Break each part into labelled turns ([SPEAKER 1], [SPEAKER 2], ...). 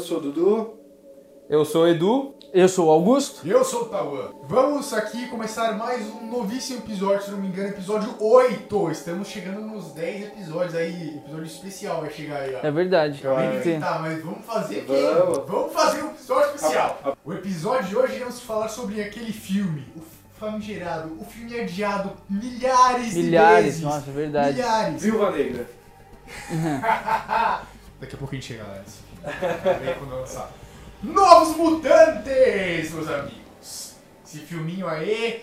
[SPEAKER 1] sou o Dudu.
[SPEAKER 2] Eu sou o Edu.
[SPEAKER 3] Eu sou o Augusto.
[SPEAKER 4] E eu sou o Tauan. Vamos aqui começar mais um novíssimo episódio, se não me engano, episódio 8. Estamos chegando nos 10 episódios aí, episódio especial vai chegar aí, ó.
[SPEAKER 3] É verdade.
[SPEAKER 1] Claro.
[SPEAKER 3] Sim.
[SPEAKER 4] Tá, mas vamos fazer que...
[SPEAKER 1] Vamos.
[SPEAKER 4] Vamos fazer um episódio
[SPEAKER 3] Tá
[SPEAKER 4] especial. O episódio de hoje iremos falar sobre aquele filme, o famigerado, o filme adiado milhares, de
[SPEAKER 3] Milhares,
[SPEAKER 4] vezes.
[SPEAKER 3] nossa, é verdade.
[SPEAKER 4] Milhares.
[SPEAKER 1] Viúva Negra.
[SPEAKER 4] Daqui a pouco a gente chega lá nesse filme. Vem quando lançar. Novos Mutantes, meus amigos. Esse filminho aí,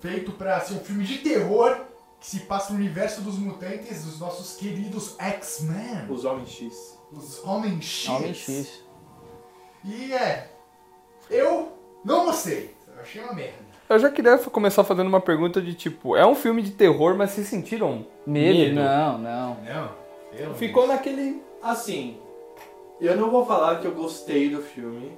[SPEAKER 4] feito pra ser um filme de terror que se passa no universo dos mutantes, dos nossos queridos X-Men,
[SPEAKER 1] Os Homens X.
[SPEAKER 4] os Homens-X.
[SPEAKER 1] tá
[SPEAKER 3] Homem Tá um X.
[SPEAKER 4] E é. Eu não gostei. Eu achei uma merda.
[SPEAKER 2] Eu já queria f- começar fazendo uma pergunta de tipo, é um filme de terror, mas vocês sentiram
[SPEAKER 3] Medo?
[SPEAKER 2] medo?
[SPEAKER 3] Não, não.
[SPEAKER 4] Não, eu.
[SPEAKER 2] Ficou naquele.
[SPEAKER 1] Assim, eu não vou falar que eu gostei do filme,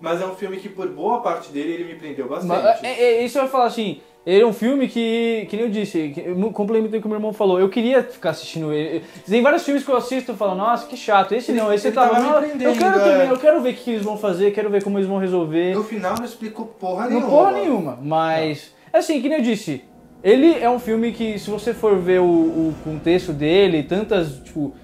[SPEAKER 1] mas é um filme que por boa parte dele ele me prendeu bastante.
[SPEAKER 3] Mas, é, é, isso eu ia falar assim. Ele é um filme que, que nem eu disse, que, eu complemento o que o meu irmão falou. Eu queria ficar assistindo ele. Tem vários filmes que eu assisto e falo, nossa, que chato. Esse não, esse
[SPEAKER 1] Ele
[SPEAKER 3] tá.
[SPEAKER 1] tava me
[SPEAKER 3] "Não, eu
[SPEAKER 1] prendendo,
[SPEAKER 3] quero
[SPEAKER 1] é."
[SPEAKER 3] também, eu quero ver o que eles vão fazer, quero ver como eles vão resolver.
[SPEAKER 1] No final não explicou porra
[SPEAKER 3] Não
[SPEAKER 1] nenhuma.
[SPEAKER 3] porra nenhuma, mas. Assim, que nem eu disse, ele é um filme que, se você for ver o, o contexto dele, tantas, tipo,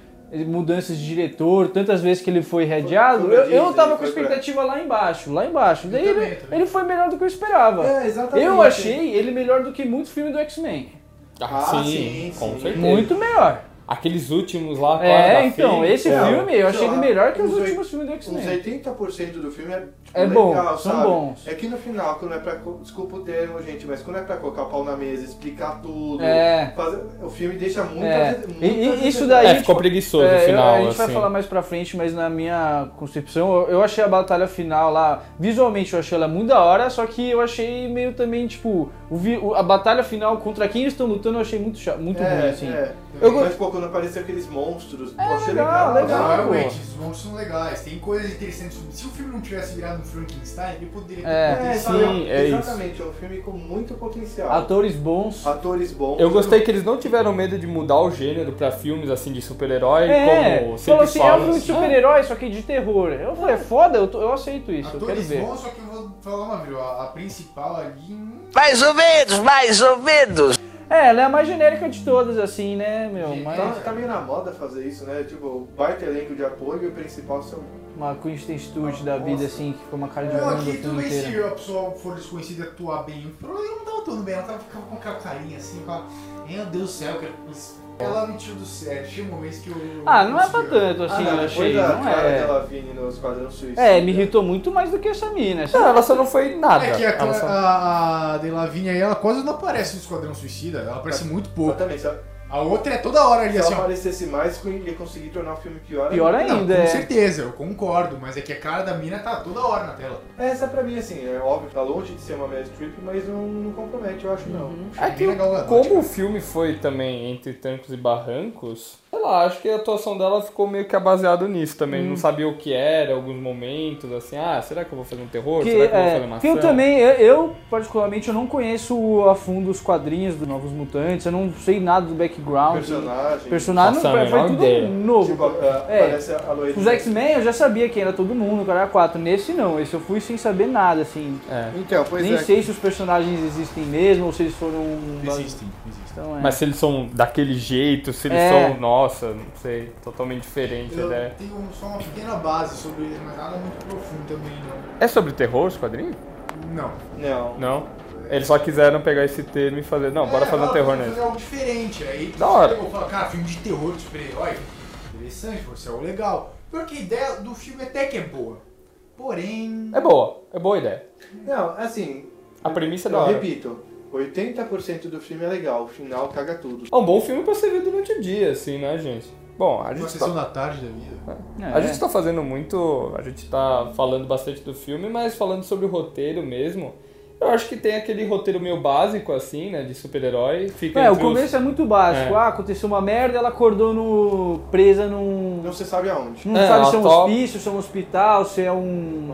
[SPEAKER 3] mudanças de diretor, tantas vezes que ele foi readiado,
[SPEAKER 1] foi pra
[SPEAKER 3] eu, eu
[SPEAKER 1] Disney,
[SPEAKER 3] tava com
[SPEAKER 1] foi pra-
[SPEAKER 3] expectativa lá embaixo, lá embaixo. Daí
[SPEAKER 4] também,
[SPEAKER 3] ele,
[SPEAKER 4] eu também.
[SPEAKER 3] ele foi melhor do que eu esperava.
[SPEAKER 1] É, exatamente.
[SPEAKER 3] eu achei ele melhor do que muito filme do X-Men.
[SPEAKER 1] Ah, sim,
[SPEAKER 2] com
[SPEAKER 1] sim.
[SPEAKER 2] certeza.
[SPEAKER 3] Muito melhor.
[SPEAKER 2] Aqueles últimos lá,
[SPEAKER 3] É, então, esse
[SPEAKER 1] Não,
[SPEAKER 3] filme eu achei
[SPEAKER 1] sei
[SPEAKER 3] ele
[SPEAKER 1] lá,
[SPEAKER 3] melhor que os
[SPEAKER 1] uns oit-
[SPEAKER 3] últimos filmes do
[SPEAKER 1] Uns
[SPEAKER 3] X-Men.
[SPEAKER 1] 80% do filme é, tipo,
[SPEAKER 3] É bom,
[SPEAKER 1] legal,
[SPEAKER 3] são
[SPEAKER 1] sabe?
[SPEAKER 3] bons.
[SPEAKER 1] É que no final, quando é pra. co- Desculpa o termo, gente, mas quando é pra colocar o pau na mesa, explicar tudo.
[SPEAKER 3] É.
[SPEAKER 1] fazer- o filme deixa muitas.
[SPEAKER 3] É.
[SPEAKER 1] muitas
[SPEAKER 3] E- e- isso
[SPEAKER 1] vezes-
[SPEAKER 3] daí,
[SPEAKER 2] É, ficou
[SPEAKER 3] tipo,
[SPEAKER 2] preguiçoso
[SPEAKER 3] É,
[SPEAKER 2] o
[SPEAKER 3] eu-
[SPEAKER 2] final,
[SPEAKER 3] a gente vai
[SPEAKER 2] assim.
[SPEAKER 3] falar mais pra frente, mas na minha concepção, eu, eu achei a batalha final lá, visualmente eu achei ela muito da hora, só que eu achei meio também, tipo, o vi- o- a batalha final contra quem eles estão lutando eu achei muito, cha- muito
[SPEAKER 1] é,
[SPEAKER 3] ruim, assim. É,
[SPEAKER 1] É.
[SPEAKER 2] Eu go-
[SPEAKER 1] Mas pô, quando apareceu aqueles monstros, eu achei
[SPEAKER 3] legal,
[SPEAKER 1] legal.
[SPEAKER 3] legal.
[SPEAKER 4] Não, realmente, os monstros são legais, tem coisas interessantes. Se o filme não tivesse virado um Frankenstein, ele poderia ter
[SPEAKER 3] É.
[SPEAKER 1] É,
[SPEAKER 2] Sim,
[SPEAKER 1] sabe?
[SPEAKER 2] é isso.
[SPEAKER 1] Exatamente, é um filme com muito potencial.
[SPEAKER 3] Atores bons.
[SPEAKER 1] Atores bons.
[SPEAKER 2] Eu gostei que eles não tiveram medo de mudar o gênero pra filmes assim de super-herói,
[SPEAKER 3] É, falou
[SPEAKER 2] como sempre "Ah,
[SPEAKER 3] assim, é um
[SPEAKER 2] falam.
[SPEAKER 3] filme de super-herói, só que de terror. Eu falei, é foda, eu, tô- eu aceito isso, eu quero
[SPEAKER 4] Atores
[SPEAKER 3] ver.
[SPEAKER 4] bons, só que eu vou falar uma vez, ó, a principal ali. hum,
[SPEAKER 5] Mais ou menos, mais ou menos.
[SPEAKER 3] É, ela é a mais genérica de todas, assim, né, meu,
[SPEAKER 4] Sim,
[SPEAKER 3] mas...
[SPEAKER 1] Tá, tá meio na moda fazer isso, né? Tipo, baita elenco de apoio e o principal são.
[SPEAKER 3] Uma Quentin Stewart da vida, assim, que foi uma cara de
[SPEAKER 4] Não,
[SPEAKER 3] bunda o
[SPEAKER 4] aqui tudo
[SPEAKER 3] filme
[SPEAKER 4] bem
[SPEAKER 3] inteiro.
[SPEAKER 4] se a pessoa for desconhecida atuar bem. O problema é não tava atuando bem, ela tava ficando com aquela carinha assim, com a. Meu Deus do céu, cara. mas Ela me tirou do sério, tinha momentos que eu.
[SPEAKER 3] Ah, não é pra tanto, assim,
[SPEAKER 1] não,
[SPEAKER 3] eu
[SPEAKER 1] depois
[SPEAKER 3] achei,
[SPEAKER 1] da
[SPEAKER 3] não
[SPEAKER 1] cara
[SPEAKER 3] é...
[SPEAKER 1] dela Vini no Esquadrão Suíço.
[SPEAKER 3] É, me irritou muito mais do que né? essa mina. Essa
[SPEAKER 2] Não, ela só não foi nada.
[SPEAKER 4] É que a,
[SPEAKER 2] Ela só-
[SPEAKER 4] a, a Delavigne aí, ela quase não aparece no Esquadrão Suicida, ela aparece muito pouco.
[SPEAKER 1] Exatamente. Se ela,
[SPEAKER 4] A outra é toda hora ali
[SPEAKER 1] se ela
[SPEAKER 4] assim, ó.
[SPEAKER 1] aparecesse mais, ia conseguir tornar o filme pior.
[SPEAKER 3] pior
[SPEAKER 4] Não,
[SPEAKER 3] ainda,
[SPEAKER 4] com
[SPEAKER 3] é.
[SPEAKER 4] certeza, eu concordo, mas é que a cara da mina tá toda hora na tela.
[SPEAKER 1] Essa pra mim, assim, é óbvio, tá longe de ser uma Mad Trip, mas não, não compromete, eu acho
[SPEAKER 3] Uhum.
[SPEAKER 1] não.
[SPEAKER 2] É
[SPEAKER 4] Bem
[SPEAKER 2] que
[SPEAKER 4] legal, Gadot,
[SPEAKER 2] como o filme foi também entre trancos e barrancos, sei lá, acho que a atuação dela ficou meio que baseado nisso também.
[SPEAKER 3] Hum.
[SPEAKER 2] Não sabia o que era, alguns momentos, assim, ah, será que eu vou fazer um terror?
[SPEAKER 3] Que,
[SPEAKER 2] será que eu vou
[SPEAKER 3] é,
[SPEAKER 2] fazer uma
[SPEAKER 3] que eu
[SPEAKER 2] ação?
[SPEAKER 3] também, eu, eu, particularmente, eu não conheço a fundo os quadrinhos dos Novos Mutantes, eu não sei nada do background.
[SPEAKER 1] Personagem.
[SPEAKER 3] Personagem,
[SPEAKER 2] Faço a
[SPEAKER 3] não, foi
[SPEAKER 2] menor
[SPEAKER 3] tudo
[SPEAKER 2] ideia.
[SPEAKER 3] novo.
[SPEAKER 1] Tipo, a-
[SPEAKER 3] É.
[SPEAKER 1] parece a Loira.
[SPEAKER 3] Os X-Men eu já sabia quem era todo mundo, o cara era quatro. Nesse não, esse eu fui sem saber nada, assim.
[SPEAKER 2] É.
[SPEAKER 1] Então, pois
[SPEAKER 3] Nem
[SPEAKER 1] é.
[SPEAKER 3] sei se os personagens existem mesmo ou se eles foram. um
[SPEAKER 4] Existem, existem.
[SPEAKER 3] Então, é.
[SPEAKER 2] Mas se eles são daquele jeito, se eles
[SPEAKER 3] É.
[SPEAKER 2] são, nossa, não sei, totalmente diferente,
[SPEAKER 4] Eu
[SPEAKER 2] né?
[SPEAKER 4] tenho só uma pequena base sobre eles, mas nada muito profundo também, não.
[SPEAKER 2] É sobre terror os quadrinhos?
[SPEAKER 4] Não.
[SPEAKER 1] Não.
[SPEAKER 2] Não? Eles só quiseram pegar esse termo e fazer, não, bora
[SPEAKER 4] É,
[SPEAKER 2] fazer um
[SPEAKER 4] fala,
[SPEAKER 2] terror
[SPEAKER 4] vamos
[SPEAKER 2] nele.
[SPEAKER 4] fazer algo diferente. Aí
[SPEAKER 2] Da hora.
[SPEAKER 4] Eu falo, cara, filme de terror de super-herói. Interessante, você é o legal. Porque a ideia do filme até que é boa. Porém.
[SPEAKER 2] É boa, é boa ideia.
[SPEAKER 1] Não, assim,
[SPEAKER 2] A premissa é da
[SPEAKER 1] eu
[SPEAKER 2] hora.
[SPEAKER 1] repito, 80% do filme é legal, o final caga tudo.
[SPEAKER 2] É um bom filme pra você ver durante o dia, assim, né, gente? Bom, a
[SPEAKER 4] Uma
[SPEAKER 2] gente tá
[SPEAKER 4] sessão da tarde da vida.
[SPEAKER 3] É.
[SPEAKER 2] A gente tá fazendo muito. A gente tá falando bastante do filme, mas falando sobre o roteiro mesmo. Eu acho que tem aquele roteiro meio básico, assim, né? De super-herói. Fica
[SPEAKER 3] É, o
[SPEAKER 2] entre os-
[SPEAKER 3] começo é muito básico.
[SPEAKER 2] É.
[SPEAKER 3] Ah, aconteceu uma merda, ela acordou no. presa num.
[SPEAKER 1] Não se sabe aonde.
[SPEAKER 3] Não
[SPEAKER 2] É,
[SPEAKER 3] sabe
[SPEAKER 2] ela
[SPEAKER 3] se é um
[SPEAKER 2] tá-
[SPEAKER 3] hospício, se é um hospital, se é
[SPEAKER 1] Uma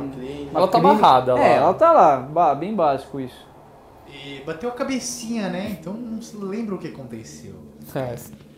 [SPEAKER 3] um.
[SPEAKER 1] clínica.
[SPEAKER 3] uma
[SPEAKER 2] Ela tá
[SPEAKER 3] clínica.
[SPEAKER 2] amarrada lá.
[SPEAKER 3] É, ela tá lá, ba- bem básico isso.
[SPEAKER 4] E bateu a cabecinha, né? Então não se lembra o que aconteceu.
[SPEAKER 2] É,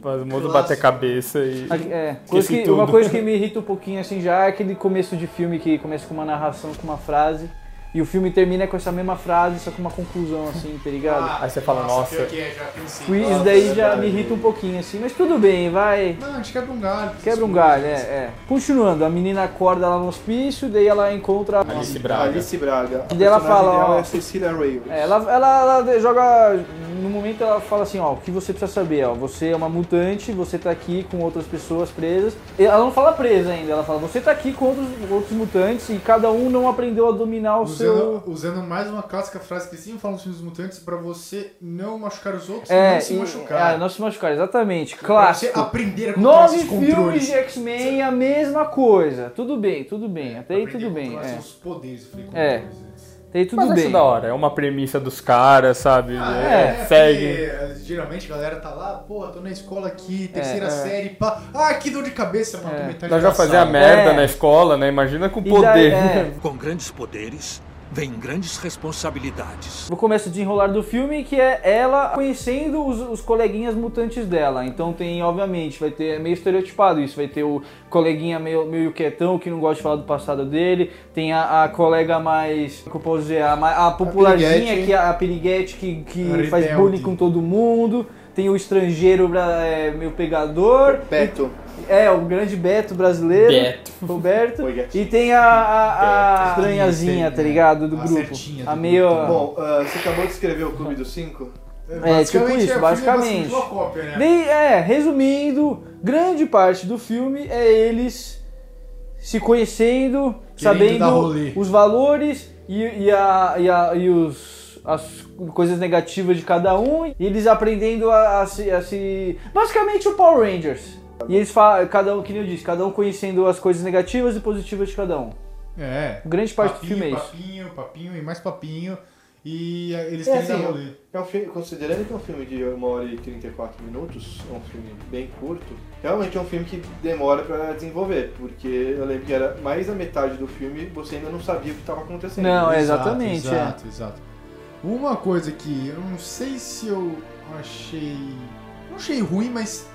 [SPEAKER 2] Faz o modo
[SPEAKER 1] Clássico.
[SPEAKER 2] bater cabeça e.
[SPEAKER 3] É, coisa que-
[SPEAKER 2] tudo.
[SPEAKER 3] uma coisa que me irrita um pouquinho assim já é aquele começo de filme que começa com uma narração, com uma frase, e o filme termina com essa mesma frase, só com uma conclusão assim, tá ligado?
[SPEAKER 4] Ah,
[SPEAKER 2] Aí você fala,
[SPEAKER 4] pior
[SPEAKER 2] nossa.
[SPEAKER 4] que é, já pensei.
[SPEAKER 3] Tipo, Isso
[SPEAKER 1] nossa, é
[SPEAKER 3] daí já
[SPEAKER 1] verdade.
[SPEAKER 3] me irrita um pouquinho assim, mas tudo bem, vai.
[SPEAKER 4] Não, a gente quebra um galho.
[SPEAKER 3] Quebra um galho, é, é. Continuando, a menina acorda lá no hospício, daí ela encontra.
[SPEAKER 2] Ah, Alice Braga.
[SPEAKER 1] Alice Braga. A
[SPEAKER 3] E daí ela
[SPEAKER 1] personagem
[SPEAKER 3] fala,
[SPEAKER 1] dela
[SPEAKER 3] ó,
[SPEAKER 1] é Cecília Ravens.
[SPEAKER 3] É, Ela, ela, ela joga. No momento ela fala assim, ó, o que você precisa saber, ó, você é uma mutante, você tá aqui com outras pessoas presas. E Ela não fala presa ainda, ela fala, você tá aqui com outros, outros mutantes e cada um não aprendeu a dominar o seu.
[SPEAKER 4] Usando, usando mais uma clássica frase que sempre falam nos filmes mutantes pra você não machucar os outros e
[SPEAKER 3] É,
[SPEAKER 4] não se
[SPEAKER 3] e-
[SPEAKER 4] machucar.
[SPEAKER 3] é, não se machucar, exatamente.
[SPEAKER 4] Pra você
[SPEAKER 3] Clássico.
[SPEAKER 4] aprender a controlar
[SPEAKER 3] Nove
[SPEAKER 4] esses
[SPEAKER 3] filmes
[SPEAKER 4] controles.
[SPEAKER 3] de X-Men, a mesma coisa. Tudo bem, tudo bem. Até aí
[SPEAKER 4] Aprender
[SPEAKER 3] tudo
[SPEAKER 4] a
[SPEAKER 3] bem.
[SPEAKER 4] controlar
[SPEAKER 3] É.
[SPEAKER 4] seus poderes, eu falei,
[SPEAKER 3] É.
[SPEAKER 4] controles.
[SPEAKER 3] Até aí tudo
[SPEAKER 2] Mas acho
[SPEAKER 3] bem.
[SPEAKER 2] da hora, é uma premissa dos caras, sabe?
[SPEAKER 4] Ah,
[SPEAKER 2] É,
[SPEAKER 4] porque,
[SPEAKER 2] segue.
[SPEAKER 4] eh, Geralmente a galera tá lá, porra, tô na escola aqui, terceira
[SPEAKER 3] é.
[SPEAKER 4] série, pá. Ah, que dor de cabeça, matou metade
[SPEAKER 2] Nós já
[SPEAKER 4] da sala.
[SPEAKER 2] fazia merda
[SPEAKER 3] É.
[SPEAKER 2] na escola, né? Imagina com
[SPEAKER 3] E daí-
[SPEAKER 2] poder. né?
[SPEAKER 3] é.
[SPEAKER 6] Com grandes poderes, vem grandes responsabilidades.
[SPEAKER 3] No começo de enrolar do filme, que é ela conhecendo os, os coleguinhas mutantes dela. Então tem, obviamente, vai ter é meio estereotipado isso. Vai ter o coleguinha meio, meio quietão, que não gosta de falar do passado dele. Tem a, a colega mais, como eu posso dizer, a, ma- a popularzinha,
[SPEAKER 4] piriguete.
[SPEAKER 3] que é a piriguete, que, que
[SPEAKER 4] Rebelde.
[SPEAKER 3] faz bullying com todo mundo. Tem o estrangeiro bra- é, meio pegador.
[SPEAKER 1] Beto.
[SPEAKER 3] É, o grande Beto brasileiro.
[SPEAKER 2] Beto.
[SPEAKER 3] Roberto.
[SPEAKER 1] Foi gatinho.
[SPEAKER 3] E tem a, a- a
[SPEAKER 4] Beto.
[SPEAKER 3] estranhazinha,
[SPEAKER 4] Sim,
[SPEAKER 3] tá ligado? Do
[SPEAKER 4] a
[SPEAKER 3] grupo.
[SPEAKER 4] certinha do
[SPEAKER 3] A
[SPEAKER 4] grupo.
[SPEAKER 3] meio.
[SPEAKER 1] Bom, ah, você acabou de escrever o Clube dos Cinco?
[SPEAKER 3] É, tipo
[SPEAKER 4] Basicamente, é,
[SPEAKER 3] isso,
[SPEAKER 4] o filme é
[SPEAKER 3] basicamente.
[SPEAKER 4] basicamente uma cópia, né?
[SPEAKER 3] Dei- é, resumindo, grande parte do filme é eles se conhecendo,
[SPEAKER 4] dar
[SPEAKER 3] sabendo
[SPEAKER 4] rolê.
[SPEAKER 3] os valores e, e a- e a- e os- as coisas negativas de cada um, e eles aprendendo a, a se, a se- Basicamente o Power Rangers. E eles falam, cada um, que nem eu disse, cada um conhecendo as coisas negativas e positivas de cada um.
[SPEAKER 4] É.
[SPEAKER 3] Grande parte do filme é isso.
[SPEAKER 4] papinho, papinho e mais papinho. E eh, eles
[SPEAKER 1] É
[SPEAKER 4] têm
[SPEAKER 1] assim,
[SPEAKER 4] dar rolê.
[SPEAKER 1] É um filme, considerando que é um filme de 1 hora e 34 minutos, é um filme bem curto, realmente é um filme que demora pra desenvolver, porque eu lembro que era mais da metade do filme você ainda não sabia o que estava acontecendo.
[SPEAKER 3] Não, é
[SPEAKER 4] Exato,
[SPEAKER 3] exatamente. é.
[SPEAKER 4] Exato, exato. Uma coisa que eu não sei se eu achei. Não achei ruim, mas.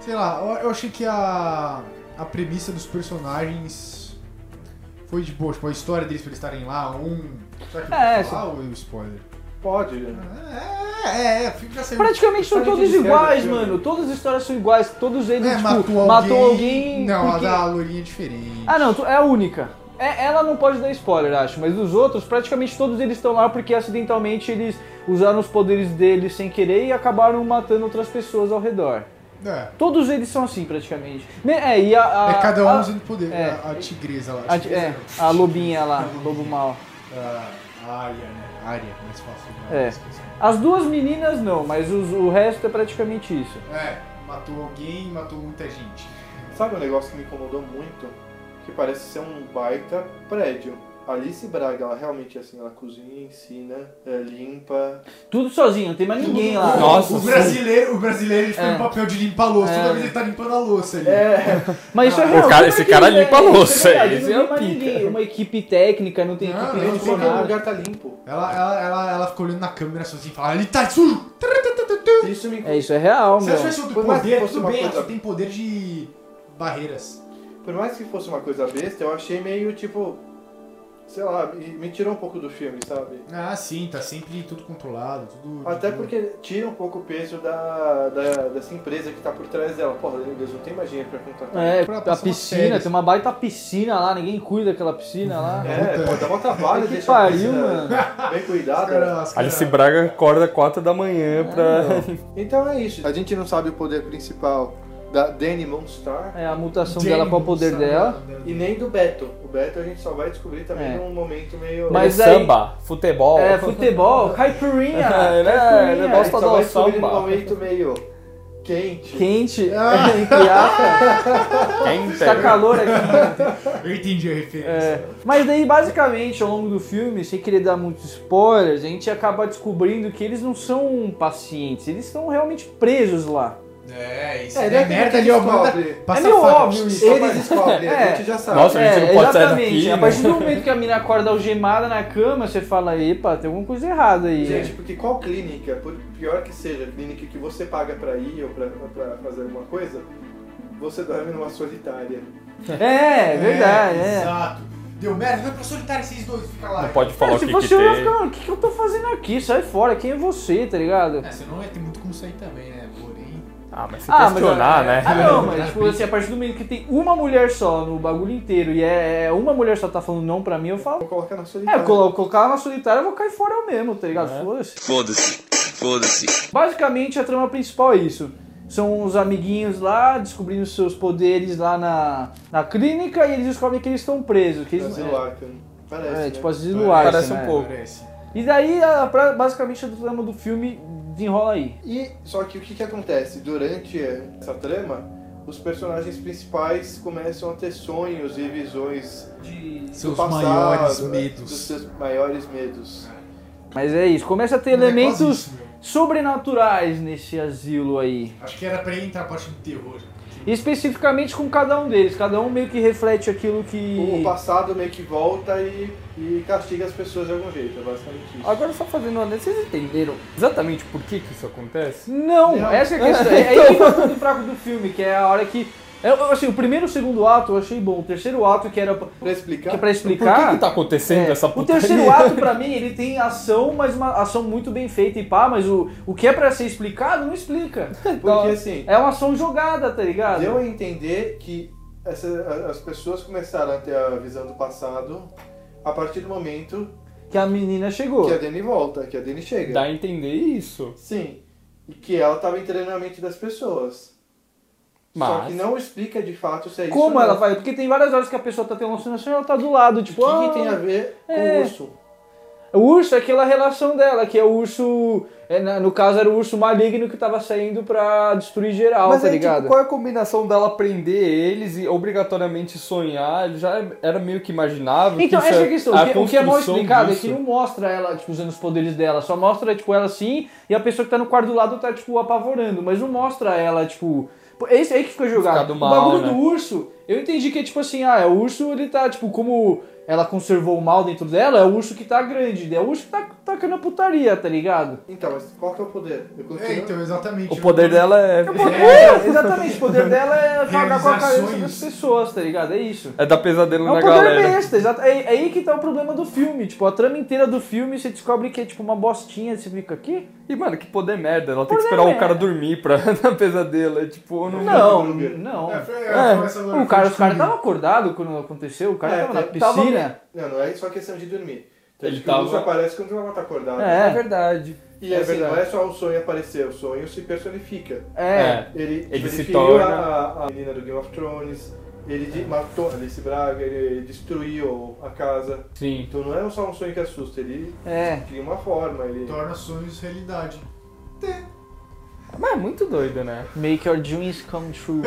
[SPEAKER 4] Sei lá, eu- eu achei que a. A premissa dos personagens. Foi de boa, tipo, a história deles pra eles estarem lá, um. Será que eu
[SPEAKER 3] É,
[SPEAKER 4] vou falar ou é um spoiler?
[SPEAKER 1] Pode, né?
[SPEAKER 4] É, é, é, fica saindo.
[SPEAKER 3] Praticamente são
[SPEAKER 1] História de
[SPEAKER 3] todos
[SPEAKER 1] esquerda,
[SPEAKER 3] iguais,
[SPEAKER 1] filme.
[SPEAKER 3] mano. Todas as histórias são iguais. Todos eles,
[SPEAKER 4] É,
[SPEAKER 3] tipo,
[SPEAKER 4] matou,
[SPEAKER 3] alguém.
[SPEAKER 4] Não,
[SPEAKER 3] porque-
[SPEAKER 4] a da loirinha é diferente.
[SPEAKER 3] Ah, não, tu- é a única. É- ela não pode dar spoiler, acho, mas os outros, praticamente todos eles estão lá porque acidentalmente eles usaram os poderes deles sem querer e acabaram matando outras pessoas ao redor.
[SPEAKER 4] É.
[SPEAKER 3] Todos eles são assim, praticamente. Me- É, e a. a
[SPEAKER 4] É cada um
[SPEAKER 3] a-
[SPEAKER 4] usando poder.
[SPEAKER 3] é.
[SPEAKER 4] a, a tigresa lá.
[SPEAKER 3] a,
[SPEAKER 4] tigresa
[SPEAKER 3] é,
[SPEAKER 4] não.
[SPEAKER 3] a lobinha lá, lobo mal.
[SPEAKER 4] A área, né? Área, mais fácil.
[SPEAKER 3] É.
[SPEAKER 4] Né?
[SPEAKER 3] As duas meninas não, mas os- o resto é praticamente isso.
[SPEAKER 4] É. é, matou alguém, matou muita gente.
[SPEAKER 1] Sabe um negócio que me incomodou muito? Que parece ser um baita prédio. Alice Braga, ela realmente é assim, ela cozinha, ensina, é, limpa.
[SPEAKER 3] Tudo sozinho, não tem mais ninguém lá.
[SPEAKER 2] Nossa,
[SPEAKER 4] o
[SPEAKER 2] sim.
[SPEAKER 4] brasileiro, o brasileiro ele fica
[SPEAKER 3] É.
[SPEAKER 4] no papel de limpar a louça, toda vez ele tá limpando a louça ali. É,
[SPEAKER 3] Mas isso é
[SPEAKER 4] O
[SPEAKER 3] real.
[SPEAKER 2] cara-
[SPEAKER 3] Como é
[SPEAKER 2] esse
[SPEAKER 3] que
[SPEAKER 2] cara
[SPEAKER 3] ele-
[SPEAKER 2] limpa a
[SPEAKER 3] isso é
[SPEAKER 2] louça,
[SPEAKER 3] verdade,
[SPEAKER 2] esse
[SPEAKER 3] não tem
[SPEAKER 2] é
[SPEAKER 3] mais
[SPEAKER 2] pica.
[SPEAKER 3] ninguém, Uma equipe técnica, não tem
[SPEAKER 4] Não,
[SPEAKER 3] equipe
[SPEAKER 4] não,
[SPEAKER 1] Eu não sei que o
[SPEAKER 3] funcionária.
[SPEAKER 1] lugar tá limpo.
[SPEAKER 4] Ela, ela, ela, ela fica olhando na câmera sozinha e fala, ele tá sujo! Tarararararatu.
[SPEAKER 1] Isso me
[SPEAKER 3] É, isso é real,
[SPEAKER 4] Se
[SPEAKER 3] meu.
[SPEAKER 4] ela tivesse outro
[SPEAKER 1] Por mais que
[SPEAKER 4] poder,
[SPEAKER 1] fosse
[SPEAKER 4] tudo
[SPEAKER 1] uma
[SPEAKER 4] bem, ela
[SPEAKER 1] coisa-
[SPEAKER 4] só tem poder de barreiras.
[SPEAKER 1] Por mais que fosse uma coisa besta, eu achei meio tipo. Sei lá, me me tirou um pouco do filme, sabe?
[SPEAKER 4] Ah, sim, tá sempre tudo controlado, tudo... de
[SPEAKER 1] Até
[SPEAKER 4] boa.
[SPEAKER 1] porque tira um pouco o peso da, da- dessa empresa que tá por trás dela. Porra, meu Deus, não tem mais dinheiro pra contratar.
[SPEAKER 3] É,
[SPEAKER 4] Pra
[SPEAKER 3] a
[SPEAKER 4] passar umas
[SPEAKER 3] piscina,
[SPEAKER 4] férias.
[SPEAKER 3] tem uma baita piscina lá, ninguém cuida daquela piscina
[SPEAKER 2] Uhum.
[SPEAKER 3] lá.
[SPEAKER 1] É, pô, dá mó trabalho
[SPEAKER 3] Que
[SPEAKER 1] deixar a
[SPEAKER 3] pariu,
[SPEAKER 1] piscina
[SPEAKER 3] mano.
[SPEAKER 1] bem
[SPEAKER 4] Os
[SPEAKER 1] cuidada.
[SPEAKER 4] cara- os cara-
[SPEAKER 2] Alice Braga acorda 4 da manhã pra.
[SPEAKER 1] Então é isso. A gente não sabe o poder principal da Danny Monstar
[SPEAKER 3] É a mutação
[SPEAKER 4] Jane,
[SPEAKER 3] dela com o poder
[SPEAKER 4] sabe,
[SPEAKER 3] dela.
[SPEAKER 1] e nem do Beto. O Beto a gente só vai descobrir também
[SPEAKER 3] É.
[SPEAKER 1] num momento meio.
[SPEAKER 3] Mas- aí-
[SPEAKER 2] samba, futebol.
[SPEAKER 3] É, futebol, caipirinha.
[SPEAKER 2] É, né?
[SPEAKER 3] caipirinha.
[SPEAKER 2] Ele
[SPEAKER 1] a
[SPEAKER 2] gosta-
[SPEAKER 1] gente só vai
[SPEAKER 2] Nossa,
[SPEAKER 1] descobrir num
[SPEAKER 2] samba.
[SPEAKER 1] momento meio quente.
[SPEAKER 3] Quente,
[SPEAKER 2] Ah.
[SPEAKER 3] entre aspas,
[SPEAKER 2] Quem
[SPEAKER 3] tá calor aqui.
[SPEAKER 4] Eu entendi a referência.
[SPEAKER 3] É. Mas daí, basicamente, ao longo do filme, sem querer dar muitos spoilers, a gente acaba descobrindo que eles não são pacientes, eles estão realmente presos lá.
[SPEAKER 4] É, isso
[SPEAKER 1] É,
[SPEAKER 4] é,
[SPEAKER 1] ele é
[SPEAKER 4] merda
[SPEAKER 1] aquele
[SPEAKER 4] de
[SPEAKER 1] que
[SPEAKER 4] Obama.
[SPEAKER 1] descobre.
[SPEAKER 4] Passa
[SPEAKER 3] É meio
[SPEAKER 4] faca.
[SPEAKER 3] óbvio isso.
[SPEAKER 1] Eles descobrem,
[SPEAKER 3] É.
[SPEAKER 1] a gente já sabe.
[SPEAKER 2] Nossa, a gente não pode sair
[SPEAKER 3] exatamente.
[SPEAKER 2] daqui,
[SPEAKER 3] A
[SPEAKER 2] né?
[SPEAKER 3] partir do momento que a mina acorda algemada na cama, você fala, epa, tem alguma coisa errada aí.
[SPEAKER 1] Gente, porque qual clínica, por pior que seja, clínica que você paga pra ir ou pra, pra fazer alguma coisa, você dorme numa solitária.
[SPEAKER 3] É, é verdade, é.
[SPEAKER 4] Exato. Deu merda, vai pra solitária vocês dois, fica lá.
[SPEAKER 2] Não pode falar
[SPEAKER 3] Cara,
[SPEAKER 2] o
[SPEAKER 3] É, se
[SPEAKER 2] que,
[SPEAKER 3] você
[SPEAKER 2] que
[SPEAKER 3] olhar,
[SPEAKER 2] tem.
[SPEAKER 3] fica, mano, o que, que eu tô fazendo aqui? Sai fora, quem é você, tá ligado?
[SPEAKER 4] É, você não ia ter muito como sair também, né? Porém.
[SPEAKER 2] Ah, mas se
[SPEAKER 3] Ah, mas-
[SPEAKER 2] questionar, né?
[SPEAKER 3] Ah, não, mas tipo, assim, a partir do momento que tem uma mulher só no bagulho inteiro e é é uma mulher só tá falando não pra mim, eu falo.
[SPEAKER 1] Vou colocar na
[SPEAKER 3] É,
[SPEAKER 1] solitária.
[SPEAKER 3] eu colo- colocar ela na solitária, eu vou cair fora eu mesmo, tá ligado?
[SPEAKER 2] É.
[SPEAKER 3] Foda-se.
[SPEAKER 6] Foda-se, foda-se.
[SPEAKER 3] Basicamente, a trama principal é isso. São os amiguinhos lá descobrindo seus poderes lá na, na clínica e eles descobrem que eles estão presos. Que eles,
[SPEAKER 1] Asilo Arkham. Parece,
[SPEAKER 3] é,
[SPEAKER 1] né?
[SPEAKER 3] tipo asilo Arkham,
[SPEAKER 2] Parece um
[SPEAKER 3] né?
[SPEAKER 2] pouco.
[SPEAKER 4] Parece.
[SPEAKER 3] E daí, a- pra- basicamente, a trama do filme desenrola aí.
[SPEAKER 1] E só que o que, que acontece? Durante essa trama, os personagens principais começam a ter sonhos e visões do
[SPEAKER 4] Seus
[SPEAKER 1] passado, né,
[SPEAKER 4] maiores
[SPEAKER 3] né?
[SPEAKER 1] dos
[SPEAKER 4] medos.
[SPEAKER 1] seus maiores medos.
[SPEAKER 3] Mas é isso, começa a ter
[SPEAKER 4] Não é quase
[SPEAKER 3] elementos
[SPEAKER 4] isso, meu.
[SPEAKER 3] sobrenaturais nesse asilo aí.
[SPEAKER 4] Acho que era pra ele entrar a parte do terror.
[SPEAKER 3] E especificamente com cada um deles, cada um meio que reflete aquilo
[SPEAKER 1] O
[SPEAKER 3] que.
[SPEAKER 1] passado meio que volta e, e castiga as pessoas de algum jeito, é basicamente isso.
[SPEAKER 2] Agora só fazendo uma vocês entenderam exatamente por que, que isso acontece?
[SPEAKER 3] Não,
[SPEAKER 1] Não.
[SPEAKER 3] essa é a questão. É
[SPEAKER 2] Então.
[SPEAKER 3] aí que tá o ponto fraco do filme, que é a hora que. é, Assim, o primeiro e o segundo ato eu achei bom. O terceiro ato, que era pra,
[SPEAKER 1] Pra
[SPEAKER 3] que é
[SPEAKER 1] explicar,
[SPEAKER 3] pra
[SPEAKER 2] Por que,
[SPEAKER 3] explicar.
[SPEAKER 2] que tá acontecendo
[SPEAKER 3] É,
[SPEAKER 2] essa
[SPEAKER 3] o
[SPEAKER 2] putaria?
[SPEAKER 3] terceiro ato, pra mim, ele tem ação, mas uma ação muito bem feita e pá, mas o, o que é pra ser explicado, não explica.
[SPEAKER 1] porque assim,
[SPEAKER 3] É uma ação jogada, tá ligado?
[SPEAKER 1] deu a entender que essa, a- as pessoas começaram a ter a visão do passado a partir do momento
[SPEAKER 3] Que a menina chegou.
[SPEAKER 1] que a Dani volta, que a Dani chega.
[SPEAKER 2] Dá a entender isso.
[SPEAKER 1] Sim. E que ela tava entrando na mente das pessoas. Só
[SPEAKER 2] Mas-
[SPEAKER 1] que não explica de fato se é isso.
[SPEAKER 3] Como
[SPEAKER 1] ou
[SPEAKER 3] ela
[SPEAKER 1] não.
[SPEAKER 3] faz? Porque tem várias horas que a pessoa tá tendo uma alucinação e ela tá do lado,
[SPEAKER 1] O
[SPEAKER 3] tipo,
[SPEAKER 1] que, que
[SPEAKER 3] ah,
[SPEAKER 1] tem a ver com
[SPEAKER 3] é.
[SPEAKER 1] o urso?
[SPEAKER 3] O urso é aquela relação dela, que é o urso. é, na- no caso, era o urso maligno que tava saindo pra destruir geral,
[SPEAKER 2] Mas
[SPEAKER 3] tá
[SPEAKER 2] aí, tipo,
[SPEAKER 3] ligado?
[SPEAKER 2] qual é a combinação dela prender eles e obrigatoriamente sonhar? Já era meio que imaginável.
[SPEAKER 3] Então,
[SPEAKER 2] que isso
[SPEAKER 3] essa é
[SPEAKER 2] é
[SPEAKER 3] a questão. O que, o que é mal explicado é que não mostra ela, tipo, usando os poderes dela. Só mostra, tipo, ela assim, e a pessoa que tá no quarto do lado tá, tipo, apavorando. Mas não mostra ela, tipo... pô, Esse aí que ficou jogado.
[SPEAKER 2] Ficado
[SPEAKER 3] o
[SPEAKER 2] mal,
[SPEAKER 3] bagulho
[SPEAKER 2] né?
[SPEAKER 3] do urso, eu entendi que é tipo assim, ah, é o urso, ele tá, tipo, como ela conservou o mal dentro dela, é o urso que tá grande, é o urso que tá tacando a putaria, tá ligado?
[SPEAKER 1] Então, mas qual que é o poder? Eu continuo...
[SPEAKER 4] É, então, exatamente.
[SPEAKER 2] O poder dela é,
[SPEAKER 3] É, exatamente, o poder dela é jogar com a
[SPEAKER 4] Realizar
[SPEAKER 3] cabeça
[SPEAKER 4] sonhos.
[SPEAKER 3] das pessoas, tá ligado? É isso.
[SPEAKER 2] é dar pesadelo
[SPEAKER 3] É um
[SPEAKER 2] na
[SPEAKER 3] poder
[SPEAKER 2] galera.
[SPEAKER 3] besta, exato. É, é aí que tá o problema do filme. Tipo, a trama inteira do filme, você descobre que é tipo uma bostinha, você fica aqui?
[SPEAKER 2] E, mano, que poder merda. Ela tem que
[SPEAKER 3] Poder
[SPEAKER 2] esperar o
[SPEAKER 3] merda.
[SPEAKER 2] cara dormir pra dar pesadelo. É tipo, não.
[SPEAKER 3] Não,
[SPEAKER 1] Krueger.
[SPEAKER 3] não.
[SPEAKER 4] É, foi-
[SPEAKER 3] É,
[SPEAKER 4] foi essa hora que
[SPEAKER 3] o cara,
[SPEAKER 4] eu
[SPEAKER 3] os caras
[SPEAKER 4] descobri.
[SPEAKER 3] estavam acordados quando aconteceu, o cara
[SPEAKER 1] É,
[SPEAKER 3] tava na
[SPEAKER 1] te- tava-
[SPEAKER 3] piscina.
[SPEAKER 1] Não, não é só questão de dormir. Então,
[SPEAKER 2] Ele
[SPEAKER 1] acho que o urso
[SPEAKER 2] tava-
[SPEAKER 1] aparece quando ela tá acordada.
[SPEAKER 2] É
[SPEAKER 3] É,
[SPEAKER 2] verdade.
[SPEAKER 1] E
[SPEAKER 3] É
[SPEAKER 1] assim,
[SPEAKER 3] verdade.
[SPEAKER 1] não é só o sonho aparecer, o sonho se personifica.
[SPEAKER 3] é.
[SPEAKER 1] Ele,
[SPEAKER 2] Ele se
[SPEAKER 1] feriu
[SPEAKER 2] torna-
[SPEAKER 1] a, a menina do Game of Thrones, ele de- matou Alice Braga, ele destruiu a casa.
[SPEAKER 2] Sim.
[SPEAKER 1] Então não é só um sonho que assusta, ele
[SPEAKER 3] É.
[SPEAKER 1] cria uma forma, ele...
[SPEAKER 4] Torna sonhos realidade.
[SPEAKER 2] Mas é muito doido, né?
[SPEAKER 3] Make your dreams come true.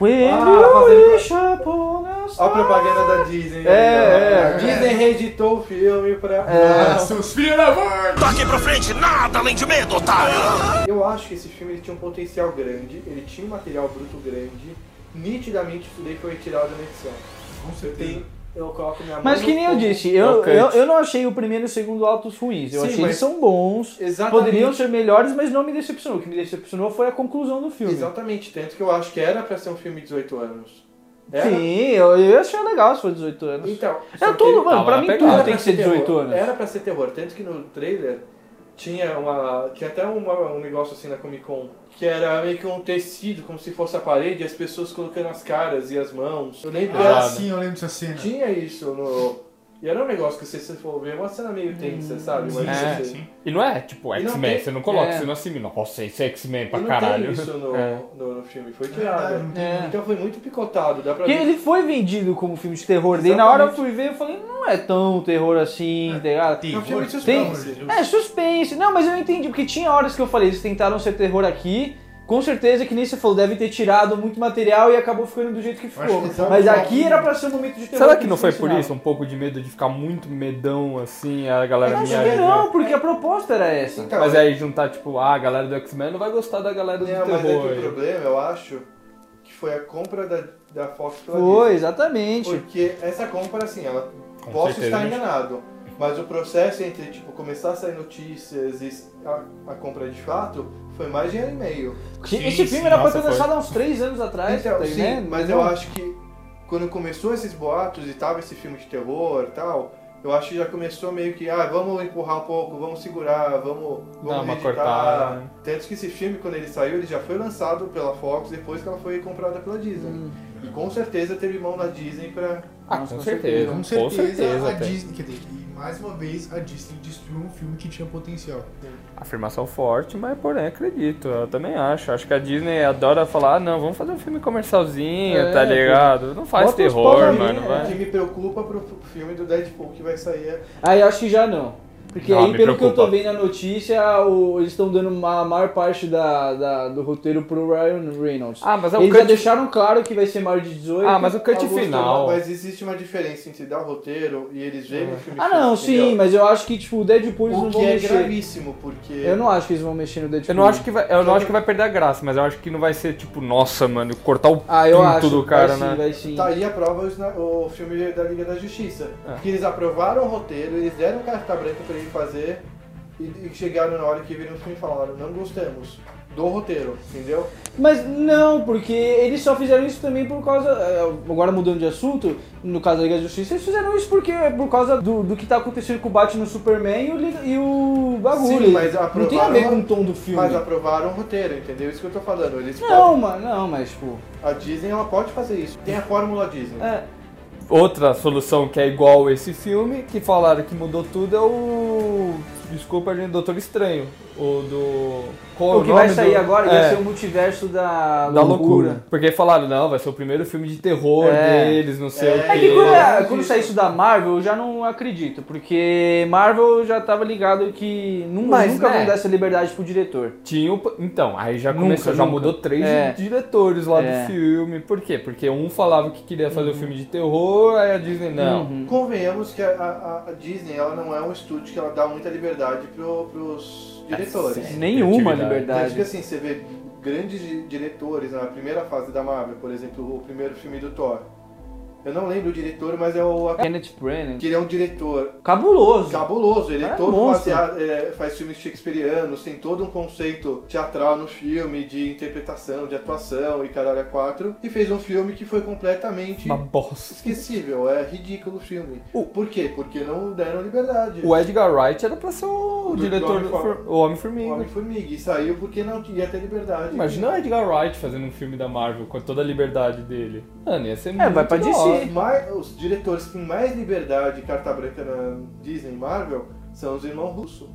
[SPEAKER 3] When
[SPEAKER 1] Ah,
[SPEAKER 3] you
[SPEAKER 1] fazendo-
[SPEAKER 3] wish upon a
[SPEAKER 1] Olha a
[SPEAKER 3] star.
[SPEAKER 1] propaganda da Disney. né?
[SPEAKER 3] É,
[SPEAKER 1] A Disney reeditou o filme pra...
[SPEAKER 4] Ah, seus filhos da mãe!
[SPEAKER 5] Daqui pra frente, nada além de medo, otário!
[SPEAKER 1] Eu acho que esse filme ele tinha um potencial grande, ele tinha um material bruto grande, nitidamente isso daí foi retirado na edição.
[SPEAKER 4] Com
[SPEAKER 1] Eu
[SPEAKER 4] certeza.
[SPEAKER 1] tenho... Eu coloco minha mão
[SPEAKER 3] Mas
[SPEAKER 1] no
[SPEAKER 3] que nem eu
[SPEAKER 1] fogo.
[SPEAKER 3] disse, eu,
[SPEAKER 2] Ok.
[SPEAKER 3] eu, eu não achei o primeiro e o segundo altos ruins. Eu
[SPEAKER 1] Sim,
[SPEAKER 3] achei
[SPEAKER 1] mas-
[SPEAKER 3] eles são bons.
[SPEAKER 1] Exatamente.
[SPEAKER 3] Poderiam ser melhores, mas não me decepcionou. O que me decepcionou foi a conclusão do filme.
[SPEAKER 1] Exatamente, tanto que eu acho que era pra ser um filme de 18 anos. Era.
[SPEAKER 3] Sim, eu, eu achei legal se for 18 anos.
[SPEAKER 1] Então,
[SPEAKER 3] é
[SPEAKER 1] só
[SPEAKER 3] tudo,
[SPEAKER 1] É que-
[SPEAKER 3] mano,
[SPEAKER 2] Tava
[SPEAKER 3] pra
[SPEAKER 2] na
[SPEAKER 3] mim
[SPEAKER 2] pegada.
[SPEAKER 3] tudo
[SPEAKER 1] Era
[SPEAKER 3] tem
[SPEAKER 1] pra
[SPEAKER 3] que ser
[SPEAKER 1] terror.
[SPEAKER 3] 18 anos.
[SPEAKER 1] Era assim, pra ser terror, tanto que no trailer tinha uma. Tinha até uma- um negócio assim na Comic Con, que era meio que um tecido, como se fosse a parede, e as pessoas colocando as caras e as mãos. Eu lembro
[SPEAKER 4] Ah,
[SPEAKER 1] era-
[SPEAKER 2] Errado.
[SPEAKER 4] sim, eu lembro dessa cena.
[SPEAKER 1] tinha isso no. E era um negócio que se você for ver, é uma cena meio tensa, sabe? Mas assim,
[SPEAKER 2] É.
[SPEAKER 1] você-
[SPEAKER 4] Hum, sim.
[SPEAKER 2] E não é tipo
[SPEAKER 1] E não
[SPEAKER 2] X-Men,
[SPEAKER 1] tem-
[SPEAKER 2] você não coloca,
[SPEAKER 3] é.
[SPEAKER 2] você não assimila. Nossa, isso é X-Men
[SPEAKER 1] E
[SPEAKER 2] pra
[SPEAKER 1] não
[SPEAKER 2] caralho.
[SPEAKER 1] tem isso no,
[SPEAKER 2] É.
[SPEAKER 1] no, no filme, foi
[SPEAKER 4] Verdade, não
[SPEAKER 1] tirado.
[SPEAKER 4] tem
[SPEAKER 3] É.
[SPEAKER 1] Então foi muito picotado, dá pra
[SPEAKER 3] Porque
[SPEAKER 1] ver.
[SPEAKER 3] ele foi vendido como filme de terror. Daí na hora eu fui ver eu falei, não é tão terror assim, tá ligado?
[SPEAKER 1] É um filme
[SPEAKER 4] Terror,
[SPEAKER 1] de suspense.
[SPEAKER 4] pelo amor de Deus.
[SPEAKER 3] É, suspense. Não, mas eu entendi, porque tinha horas que eu falei, eles tentaram ser terror aqui. com certeza, que nem você falou, deve ter tirado muito material e acabou ficando do jeito que
[SPEAKER 4] acho
[SPEAKER 3] ficou.
[SPEAKER 4] que sabe
[SPEAKER 3] Mas
[SPEAKER 4] qual-
[SPEAKER 3] aqui era pra ser um momento de terror.
[SPEAKER 2] Será que não foi
[SPEAKER 3] eles
[SPEAKER 2] por isso? Um pouco de medo de ficar muito medão assim, a galera
[SPEAKER 3] ensinaram?
[SPEAKER 2] me
[SPEAKER 3] Acho que
[SPEAKER 2] ajuda.
[SPEAKER 3] não, porque a proposta era essa.
[SPEAKER 1] Então,
[SPEAKER 2] Mas aí juntar, tipo, ah, a galera do X-Men não vai gostar da galera do
[SPEAKER 1] Não, mas é que o
[SPEAKER 2] terror.
[SPEAKER 1] problema, eu acho, que foi a compra da, da Fox pela
[SPEAKER 3] Foi,
[SPEAKER 1] Disney.
[SPEAKER 3] exatamente.
[SPEAKER 1] Porque essa compra, assim, ela posso
[SPEAKER 2] certeza,
[SPEAKER 1] estar
[SPEAKER 2] né?
[SPEAKER 1] enganado, mas o processo entre, tipo, começar a sair notícias e a, a compra de fato foi mais de ano e meio.
[SPEAKER 3] Que
[SPEAKER 2] Sim,
[SPEAKER 3] Esse
[SPEAKER 2] sim,
[SPEAKER 3] filme era pra
[SPEAKER 2] nossa,
[SPEAKER 3] ter
[SPEAKER 2] foi.
[SPEAKER 3] lançado há uns 3 anos
[SPEAKER 2] Ah,
[SPEAKER 3] atrás,
[SPEAKER 1] Então,
[SPEAKER 3] tá
[SPEAKER 1] sim,
[SPEAKER 3] entendendo?
[SPEAKER 1] mas
[SPEAKER 2] né?
[SPEAKER 1] eu acho que quando começou esses boatos e tava esse filme de terror e tal, eu acho que já começou meio que, ah, vamos empurrar um pouco, vamos segurar, vamos, vamos
[SPEAKER 2] Dar uma
[SPEAKER 1] reeditar.
[SPEAKER 2] cortada, né?
[SPEAKER 1] Tanto que esse filme, quando ele saiu, ele já foi lançado pela Fox depois que ela foi comprada pela Disney.
[SPEAKER 2] Hum.
[SPEAKER 1] E com certeza teve mão da Disney pra...
[SPEAKER 2] Ah,
[SPEAKER 3] Nossa,
[SPEAKER 2] com
[SPEAKER 3] com
[SPEAKER 2] certeza.
[SPEAKER 4] Com
[SPEAKER 2] Com
[SPEAKER 4] certeza,
[SPEAKER 2] certeza.
[SPEAKER 4] a
[SPEAKER 2] até.
[SPEAKER 4] Disney. Quer dizer, e mais uma vez a Disney destruiu um filme que tinha potencial.
[SPEAKER 2] Afirmação forte, mas porém acredito. Eu também acho. Acho que a Disney adora falar, ah, não, vamos fazer um filme comercialzinho,
[SPEAKER 3] É,
[SPEAKER 2] tá
[SPEAKER 3] pô.
[SPEAKER 2] ligado? Não faz
[SPEAKER 3] Bota uns pau
[SPEAKER 2] terror,
[SPEAKER 3] aí,
[SPEAKER 2] mano.
[SPEAKER 3] né?
[SPEAKER 1] O que
[SPEAKER 2] Vai.
[SPEAKER 1] me preocupa pro filme do Deadpool que vai sair é
[SPEAKER 3] Aí eu acho que já não. Porque
[SPEAKER 2] Não,
[SPEAKER 3] aí,
[SPEAKER 2] me
[SPEAKER 3] pelo que eu tô
[SPEAKER 2] preocupa.
[SPEAKER 3] vendo na notícia, o- eles estão dando uma- a maior parte da, da- do roteiro pro Ryan Reynolds.
[SPEAKER 2] Ah, mas é o
[SPEAKER 3] eles já
[SPEAKER 2] cut-
[SPEAKER 3] deixaram claro que vai ser maior de 18.
[SPEAKER 2] Ah, mas o cut
[SPEAKER 1] Augusto,
[SPEAKER 2] final.
[SPEAKER 1] Mas existe uma diferença entre dar o roteiro e eles verem o filme
[SPEAKER 3] Ah,
[SPEAKER 1] final,
[SPEAKER 3] não,
[SPEAKER 1] entendeu?
[SPEAKER 3] sim, mas eu acho que, tipo, o Deadpool eles não
[SPEAKER 1] O
[SPEAKER 3] vão
[SPEAKER 1] que é
[SPEAKER 3] mexer.
[SPEAKER 1] gravíssimo, porque...
[SPEAKER 3] Eu não acho que eles vão mexer no Deadpool.
[SPEAKER 2] Eu não acho que vai, eu não acho que vai perder a graça, mas eu acho que não vai ser tipo, nossa, mano, cortar o
[SPEAKER 3] Ah, eu
[SPEAKER 2] pinto
[SPEAKER 3] acho.
[SPEAKER 2] do cara,
[SPEAKER 3] vai sim,
[SPEAKER 2] né?
[SPEAKER 3] vai sim.
[SPEAKER 1] Tá aí a prova os na- o filme da Liga da Justiça.
[SPEAKER 2] É.
[SPEAKER 1] Que eles aprovaram o roteiro, eles deram carta branca pra ele fazer e, e chegaram na hora que viram o filme e falaram, não gostamos do roteiro, entendeu?
[SPEAKER 3] Mas não, porque eles só fizeram isso também por causa. eh, Agora mudando de assunto, no caso da Liga da Justiça, eles fizeram isso porque por causa do, do que tá acontecendo com o Batman no Superman e o, Liga- e o bagulho.
[SPEAKER 1] Sim, mas
[SPEAKER 3] não tem a ver
[SPEAKER 1] aprovaram-
[SPEAKER 3] com o tom do filme.
[SPEAKER 1] Mas aprovaram o roteiro, entendeu? Isso que eu tô falando. Eles
[SPEAKER 3] Não, mano, não, mas tipo.
[SPEAKER 1] podem- a Disney ela pode fazer isso. Tem a fórmula Disney.
[SPEAKER 3] É,
[SPEAKER 2] Outra solução que é igual esse filme, que falaram que mudou tudo, é o. Desculpa, gente, Doutor Estranho. O do. Qual é
[SPEAKER 3] o que vai
[SPEAKER 2] nome
[SPEAKER 3] sair
[SPEAKER 2] do-
[SPEAKER 3] agora
[SPEAKER 2] É,
[SPEAKER 3] vai ser um o multiverso da,
[SPEAKER 2] Da loucura. Porque falaram, não, vai ser o primeiro filme de terror
[SPEAKER 3] É.
[SPEAKER 2] deles, não sei
[SPEAKER 1] É.
[SPEAKER 2] o quê.
[SPEAKER 3] É que quando,
[SPEAKER 1] Eu
[SPEAKER 3] quando
[SPEAKER 1] acredito.
[SPEAKER 3] sair isso da Marvel, eu já não acredito, porque Marvel já tava ligado que nu-
[SPEAKER 2] Mas,
[SPEAKER 3] nunca
[SPEAKER 2] né?
[SPEAKER 3] vão dar essa liberdade pro diretor.
[SPEAKER 2] Tinha o- Então, aí já
[SPEAKER 3] Nunca,
[SPEAKER 2] começou, já
[SPEAKER 3] nunca.
[SPEAKER 2] mudou três
[SPEAKER 3] É.
[SPEAKER 2] diretores lá
[SPEAKER 3] É.
[SPEAKER 2] do filme. Por quê? Porque um falava que queria fazer o filme de terror, aí a Disney, não.
[SPEAKER 3] Uhum.
[SPEAKER 1] Convenhamos que a, a- a Disney ela não é um estúdio que ela dá muita liberdade pro, pros diretores.
[SPEAKER 2] sim.
[SPEAKER 3] Nenhuma
[SPEAKER 2] Criatividade.
[SPEAKER 1] Tanto que
[SPEAKER 3] liberdade.
[SPEAKER 1] assim, você vê grandes di- diretores na primeira fase da Marvel, por exemplo, o primeiro filme do Thor. Eu não lembro o diretor, mas é o
[SPEAKER 3] Kenneth Branagh.
[SPEAKER 1] que ele é um diretor
[SPEAKER 3] Cabuloso.
[SPEAKER 1] cabuloso, ele é,
[SPEAKER 3] É
[SPEAKER 1] todo
[SPEAKER 3] monstro.
[SPEAKER 1] baseado- é, faz filmes shakespearianos, tem todo um conceito teatral no filme, de interpretação, de atuação e caralho a quatro, e fez um filme que foi completamente
[SPEAKER 2] Uma bosta.
[SPEAKER 1] esquecível, é ridículo o filme.
[SPEAKER 2] O-
[SPEAKER 1] Por quê? Porque não deram liberdade.
[SPEAKER 2] O Edgar Wright era pra ser o
[SPEAKER 1] Do-
[SPEAKER 2] diretor
[SPEAKER 1] do
[SPEAKER 2] do
[SPEAKER 1] Homem-Formiga.
[SPEAKER 2] Fo- O Homem-Formiga.
[SPEAKER 1] Homem-Formiga, e saiu porque não ia ter liberdade.
[SPEAKER 2] Imagina o Edgar Wright fazendo um filme da Marvel com toda a liberdade dele. Mano, ia ser muito
[SPEAKER 3] É, vai pra
[SPEAKER 2] da
[SPEAKER 3] DC.
[SPEAKER 2] hora.
[SPEAKER 1] Mar- os diretores que têm mais liberdade e carta branca na Disney e Marvel são os irmãos russos.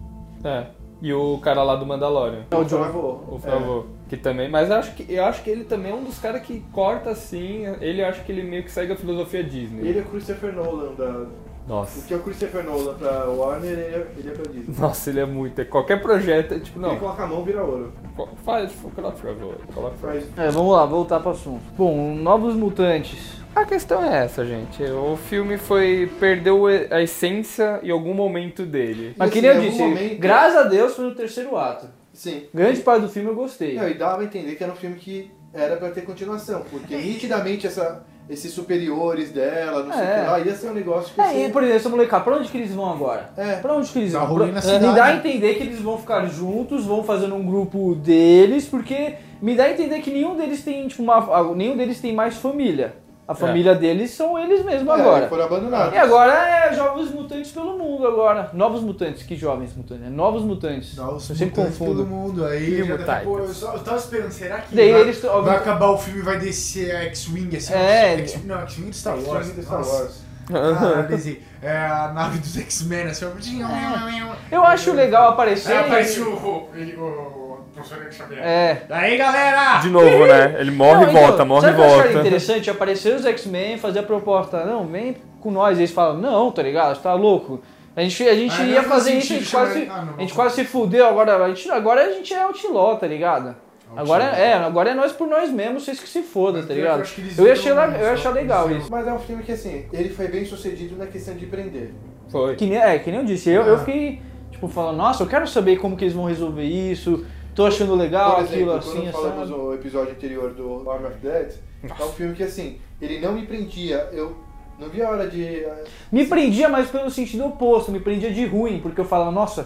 [SPEAKER 2] É. E o cara lá do Mandalorian.
[SPEAKER 1] O John Favreau.
[SPEAKER 2] O favor. Que também. Mas eu acho que, eu acho que ele também é um dos caras que corta assim. Ele acho que ele meio que segue a filosofia
[SPEAKER 1] É.
[SPEAKER 2] Disney.
[SPEAKER 1] Ele é o Christopher Nolan. Da... O
[SPEAKER 2] Nossa.
[SPEAKER 1] que é o Christopher Nolan pra Warner, ele é, ele é pra Disney.
[SPEAKER 2] Nossa, ele é muito. é Qualquer projeto é tipo,
[SPEAKER 1] Ele
[SPEAKER 2] não.
[SPEAKER 1] coloca a mão, vira ouro.
[SPEAKER 2] co- Faz, coloca por favor. Coloca por favor.
[SPEAKER 1] Faz-
[SPEAKER 3] É, vamos lá, voltar pro assunto. Bom, Novos Mutantes.
[SPEAKER 2] A questão é essa, gente. O filme foi. perdeu e- a essência em algum momento dele.
[SPEAKER 3] Mas
[SPEAKER 1] E,
[SPEAKER 3] que
[SPEAKER 1] assim,
[SPEAKER 3] nem eu
[SPEAKER 1] em algum
[SPEAKER 3] disse,
[SPEAKER 1] momento-
[SPEAKER 3] graças a Deus foi no terceiro ato.
[SPEAKER 1] Sim.
[SPEAKER 3] Grande parte do filme eu gostei.
[SPEAKER 1] Não, e dava a entender que era um filme que era pra ter continuação, porque
[SPEAKER 3] É.
[SPEAKER 1] nitidamente essa, esses superiores dela, não sei o
[SPEAKER 3] É.
[SPEAKER 1] que lá, ia ser um negócio que...
[SPEAKER 3] É, e,
[SPEAKER 1] assim,
[SPEAKER 3] por exemplo, essa molecada, pra onde que eles vão agora?
[SPEAKER 1] É.
[SPEAKER 3] Pra onde que eles
[SPEAKER 4] Dá
[SPEAKER 3] vão?
[SPEAKER 4] rolê
[SPEAKER 3] Pra-
[SPEAKER 4] na
[SPEAKER 3] é,
[SPEAKER 4] cidade.
[SPEAKER 3] Me dá a entender que eles vão ficar juntos, vão fazendo um grupo deles, porque me dá a entender que nenhum deles tem, tipo, uma. a- Nenhum deles tem mais família. A família deles são eles mesmos
[SPEAKER 1] é,
[SPEAKER 3] agora.
[SPEAKER 1] foram abandonados.
[SPEAKER 3] E agora é Jovens Mutantes pelo mundo agora. Novos Mutantes, que Jovens Mutantes? É Novos Mutantes.
[SPEAKER 4] Dá os
[SPEAKER 3] eu sempre
[SPEAKER 4] mutantes
[SPEAKER 3] confundo.
[SPEAKER 4] todo mundo aí. já
[SPEAKER 2] E
[SPEAKER 4] daqui a
[SPEAKER 2] mutantes.
[SPEAKER 4] pouco- eu, só, eu tava esperando, será que
[SPEAKER 3] Daí
[SPEAKER 4] vai,
[SPEAKER 3] eles-
[SPEAKER 4] vai
[SPEAKER 3] óbvio-
[SPEAKER 4] acabar o filme e vai descer a X-Wing assim?
[SPEAKER 3] É.
[SPEAKER 4] X, não, X-Wing do Star
[SPEAKER 1] Star
[SPEAKER 4] Wars.
[SPEAKER 1] Wars, Star
[SPEAKER 4] nossa.
[SPEAKER 1] Wars.
[SPEAKER 4] Ah, desenho. é a nave dos X-Men, assim, ó.
[SPEAKER 3] Eu acho legal aparecer.
[SPEAKER 4] Aí É, aparece o. o- o- o professor Xavier.
[SPEAKER 3] É.
[SPEAKER 4] Daí, galera!
[SPEAKER 2] De novo, né? Ele morre
[SPEAKER 3] Não,
[SPEAKER 2] e
[SPEAKER 3] então,
[SPEAKER 2] volta, morre e
[SPEAKER 3] sabe o que eu acharia
[SPEAKER 2] volta.
[SPEAKER 3] interessante aparecer os X-Men, fazer a proposta, não, vem com nós. Eles falam, não, tá ligado? Você tá louco? A gente, a gente
[SPEAKER 4] Ah,
[SPEAKER 3] ia
[SPEAKER 4] não faz
[SPEAKER 3] fazer isso, a
[SPEAKER 4] sentido
[SPEAKER 3] gente quase,
[SPEAKER 4] chamar- Ah, não,
[SPEAKER 3] a gente
[SPEAKER 4] não.
[SPEAKER 3] quase se fudeu agora. A gente, agora a gente é o Tiló, tá ligado? Agora é, agora é nós por nós mesmos, vocês que se fodam, tá
[SPEAKER 4] Eu
[SPEAKER 3] ligado?
[SPEAKER 4] acho que eles
[SPEAKER 3] Eu ia achar,
[SPEAKER 4] viram
[SPEAKER 3] eu ia
[SPEAKER 4] isso,
[SPEAKER 3] achar legal
[SPEAKER 4] isso.
[SPEAKER 3] isso.
[SPEAKER 1] Mas é um filme que, assim, ele foi bem sucedido na questão de prender.
[SPEAKER 2] Foi.
[SPEAKER 3] Que nem, é, que nem eu disse, eu,
[SPEAKER 1] Ah.
[SPEAKER 3] eu fiquei, tipo, falando, nossa, eu quero saber como que eles vão resolver isso, tô achando legal,
[SPEAKER 1] Por exemplo,
[SPEAKER 3] aquilo,
[SPEAKER 1] quando
[SPEAKER 3] assim,
[SPEAKER 1] falamos
[SPEAKER 3] assim.
[SPEAKER 1] no episódio anterior do Arm of Dead, é um filme que, assim, ele não me prendia. Eu não via a hora de... ah,
[SPEAKER 3] Me prendia, mas pelo sentido oposto, me prendia de ruim, porque eu falava, nossa,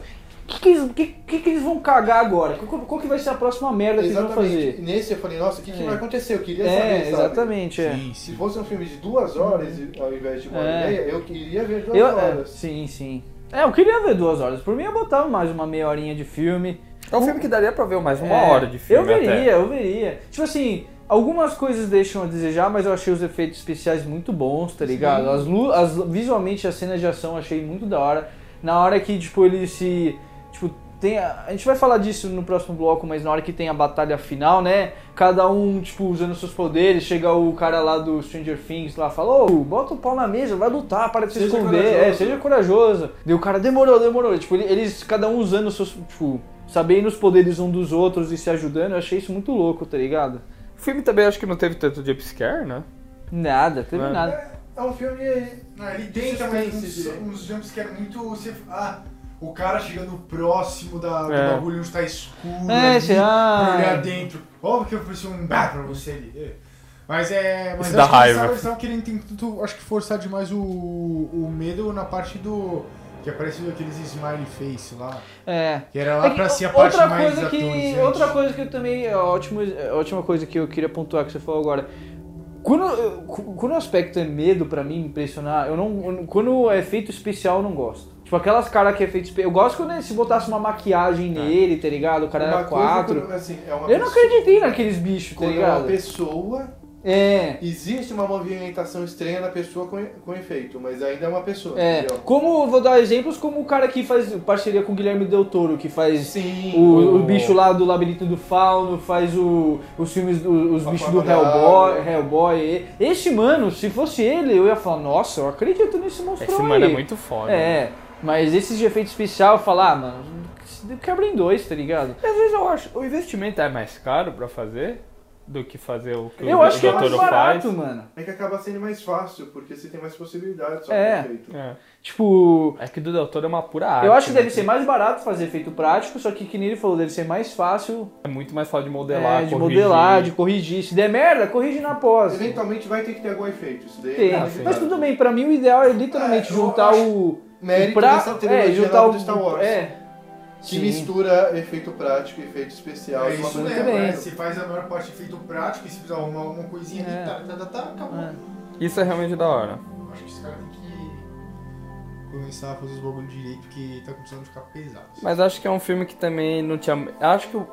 [SPEAKER 3] o que, que, eles- que, que, que eles vão cagar agora? Qual, qual que vai ser a próxima merda que eles vão
[SPEAKER 1] Exatamente.
[SPEAKER 3] fazer?
[SPEAKER 1] Nesse eu falei, nossa, o que, que
[SPEAKER 3] É.
[SPEAKER 1] vai acontecer? Eu queria saber,
[SPEAKER 3] É,
[SPEAKER 1] sabe?
[SPEAKER 3] exatamente, é.
[SPEAKER 4] Sim,
[SPEAKER 1] Se
[SPEAKER 4] sim.
[SPEAKER 1] fosse um filme de duas horas, ao invés de uma hora
[SPEAKER 3] É.
[SPEAKER 1] e meia, eu queria ver duas
[SPEAKER 3] Eu, é,
[SPEAKER 1] horas.
[SPEAKER 3] sim, sim. É, eu queria ver duas horas. Por mim, eu botava mais uma meia horinha de filme.
[SPEAKER 2] É um filme que daria pra ver mais uma
[SPEAKER 3] É,
[SPEAKER 2] hora de filme
[SPEAKER 3] Eu veria,
[SPEAKER 2] até.
[SPEAKER 3] eu veria. Tipo assim, algumas coisas deixam a desejar, mas eu achei os efeitos especiais muito bons, tá ligado? As, lu- as visualmente as cenas de ação eu achei muito da hora. Na hora que tipo ele se tipo tem a, a gente vai falar disso no próximo bloco, mas na hora que tem a batalha final, né? Cada um tipo usando seus poderes, chega o cara lá do Stranger Things lá, fala: "Ô, bota o pau na mesa, vai lutar, para de se
[SPEAKER 1] Seja
[SPEAKER 3] esconder". É,
[SPEAKER 1] corajoso.
[SPEAKER 3] seja corajoso. E o cara demorou, demorou. Tipo, ele- eles, cada um usando os seus. Tipo, sabendo os poderes um dos outros e se ajudando, eu achei isso muito louco, tá ligado?
[SPEAKER 2] O filme também acho que não teve tanto jumpscare, né?
[SPEAKER 3] Nada, teve
[SPEAKER 2] Mano.
[SPEAKER 3] nada.
[SPEAKER 1] É um filme...
[SPEAKER 4] Não, ele tenta, mas uns,
[SPEAKER 1] Suspense,
[SPEAKER 4] uns jumps que é muito. Você, ah, o cara chegando próximo da, do
[SPEAKER 2] É.
[SPEAKER 4] bagulho onde tá escuro.
[SPEAKER 3] É,
[SPEAKER 4] ali,
[SPEAKER 3] você- ah.
[SPEAKER 4] pra olhar dentro. Óbvio que eu ofereci um bah pra você ali. é. Mas é. Mas
[SPEAKER 2] Isso dá
[SPEAKER 4] acho que eles
[SPEAKER 2] raiva.
[SPEAKER 4] estavam- eles estavam querendo tentar, acho que forçar demais o, o medo na parte do. Que aparece aqueles smiley face lá.
[SPEAKER 3] É.
[SPEAKER 4] Que era lá
[SPEAKER 3] É que
[SPEAKER 4] pra ser a
[SPEAKER 3] o-
[SPEAKER 4] parte
[SPEAKER 3] outra
[SPEAKER 4] mais
[SPEAKER 3] coisa que
[SPEAKER 4] aterrorizante.
[SPEAKER 3] Outra coisa que eu também. é, Ótimo, é, ótima coisa que eu queria pontuar que você falou agora. Quando, eu- cu- quando o aspecto é medo pra mim, impressionar, eu não. eu não- Quando é efeito especial, eu não gosto. Tipo, aquelas caras que é feito especial. Eu gosto quando eles se botasse uma maquiagem nele, tá ligado? O cara
[SPEAKER 1] uma
[SPEAKER 3] era
[SPEAKER 1] coisa,
[SPEAKER 3] quatro.
[SPEAKER 1] quando, assim, é uma
[SPEAKER 3] Eu não
[SPEAKER 1] pessoa-
[SPEAKER 3] acreditei naqueles bichos, tá
[SPEAKER 1] Quando é uma
[SPEAKER 3] ligado?
[SPEAKER 1] pessoa
[SPEAKER 3] É.
[SPEAKER 1] Existe uma movimentação estranha na pessoa com, com efeito, mas ainda é uma pessoa.
[SPEAKER 3] É,
[SPEAKER 1] entendeu?
[SPEAKER 3] como vou dar exemplos, como o cara que faz parceria com o Guilherme Del Toro, que faz
[SPEAKER 1] Sim.
[SPEAKER 3] o, o
[SPEAKER 2] o-
[SPEAKER 3] bicho lá do Labirinto do Fauno, faz o, os filmes, o- os
[SPEAKER 1] A
[SPEAKER 3] bichos do
[SPEAKER 1] Forma da
[SPEAKER 3] Hellboy,
[SPEAKER 1] Água.
[SPEAKER 3] Hellboy. e- Esse mano, se fosse ele, eu ia falar, nossa, eu acredito nesse monstrão
[SPEAKER 2] Esse
[SPEAKER 3] aí.
[SPEAKER 2] mano é muito foda.
[SPEAKER 3] É, mas esses de efeito especial, eu falar, ah, mano, se quebra em dois, tá ligado?
[SPEAKER 2] Às vezes eu acho o investimento é mais caro pra fazer do que fazer o que
[SPEAKER 3] Eu
[SPEAKER 2] o
[SPEAKER 3] acho que é mais
[SPEAKER 2] doutor
[SPEAKER 3] barato,
[SPEAKER 2] faz.
[SPEAKER 3] mano.
[SPEAKER 1] É que acaba sendo mais fácil, porque você tem mais possibilidades só
[SPEAKER 3] É.
[SPEAKER 1] com efeito.
[SPEAKER 2] É.
[SPEAKER 3] Tipo,
[SPEAKER 2] É que do doutor é uma pura arte.
[SPEAKER 3] eu acho que
[SPEAKER 2] né?
[SPEAKER 3] deve ser mais barato fazer efeito prático, só que que nem ele falou, deve ser mais fácil
[SPEAKER 2] É muito mais fácil de modelar,
[SPEAKER 3] É, de
[SPEAKER 2] corrigir.
[SPEAKER 3] modelar, de corrigir. Se der merda, corrige na pós.
[SPEAKER 1] Eventualmente vai ter que ter algum efeito. Isso daí
[SPEAKER 3] Tem.
[SPEAKER 1] é
[SPEAKER 3] Mas
[SPEAKER 1] inevitável.
[SPEAKER 3] tudo bem, pra mim o ideal é literalmente
[SPEAKER 1] É, eu
[SPEAKER 3] juntar
[SPEAKER 1] acho
[SPEAKER 3] o.
[SPEAKER 1] Mérito
[SPEAKER 3] o pra-
[SPEAKER 1] dessa trilogia
[SPEAKER 3] é, juntar
[SPEAKER 1] nova
[SPEAKER 3] o
[SPEAKER 1] do Star Wars.
[SPEAKER 3] É.
[SPEAKER 1] Que
[SPEAKER 3] Sim.
[SPEAKER 1] mistura efeito prático e efeito especial.
[SPEAKER 4] É
[SPEAKER 1] de uma
[SPEAKER 4] isso
[SPEAKER 1] maneira-
[SPEAKER 4] mesmo,
[SPEAKER 3] bem.
[SPEAKER 4] é, se faz a maior parte feito prático, e se precisar arrumar alguma coisinha
[SPEAKER 3] É.
[SPEAKER 4] ali, tá, tá, tá, tá, acabou.
[SPEAKER 3] É.
[SPEAKER 2] Isso é realmente da hora.
[SPEAKER 4] Eu Acho que esse cara tem que começar a fazer os bagulho direito, que tá começando a ficar pesado.
[SPEAKER 2] Mas acho que é um filme que também não tinha. Acho que o,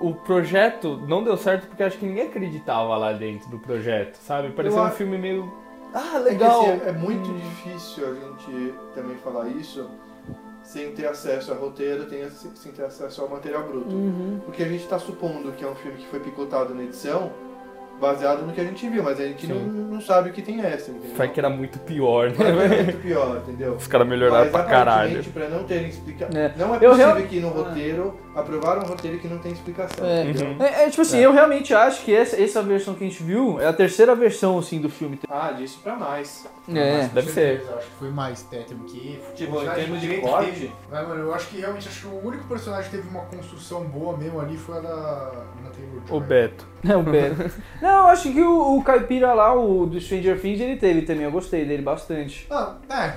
[SPEAKER 2] o, o projeto não deu certo porque acho que ninguém acreditava lá dentro do projeto, sabe? Parecia
[SPEAKER 1] Eu
[SPEAKER 2] um
[SPEAKER 1] acho-
[SPEAKER 2] filme meio. Ah,
[SPEAKER 1] É, que,
[SPEAKER 2] legal!
[SPEAKER 1] assim, é- é muito difícil a gente também falar isso sem ter acesso a roteiro, tem- sem ter acesso ao material bruto.
[SPEAKER 3] Uhum.
[SPEAKER 1] Porque a gente está supondo que é um filme que foi picotado na edição, baseado no que a gente viu, mas a gente não,
[SPEAKER 2] Sim.
[SPEAKER 1] não sabe o que tem essa, entendeu?
[SPEAKER 2] Vai que era muito pior,
[SPEAKER 1] Vai que é
[SPEAKER 2] né?
[SPEAKER 1] muito pior, entendeu?
[SPEAKER 2] Os caras melhoraram
[SPEAKER 1] Mas,
[SPEAKER 2] pra caralho.
[SPEAKER 1] aparentemente, Pra não terem explicado.
[SPEAKER 3] É.
[SPEAKER 1] Não é
[SPEAKER 3] Eu
[SPEAKER 1] possível
[SPEAKER 3] real-
[SPEAKER 1] que no roteiro aprovaram um roteiro que não tem explicação.
[SPEAKER 3] É.
[SPEAKER 1] entendeu?
[SPEAKER 2] Uhum.
[SPEAKER 3] É, é, tipo assim, eu realmente acho que essa, essa versão que a gente viu é a terceira versão assim do filme.
[SPEAKER 1] Ah, disso pra mais.
[SPEAKER 3] É.
[SPEAKER 2] Deve ser.
[SPEAKER 4] Eu acho que foi mais tétimo que.
[SPEAKER 1] Tipo, em termos de
[SPEAKER 4] corte.
[SPEAKER 1] corte,
[SPEAKER 4] Mas, mano, eu acho que realmente acho que o único personagem que teve uma construção boa mesmo ali foi a da. Na Taylor Joy.
[SPEAKER 2] O Beto.
[SPEAKER 3] Não, pera. Não, eu acho que o, o Caipira lá, o do Stranger Things, ele teve também. Eu gostei dele bastante.
[SPEAKER 4] Ah, é.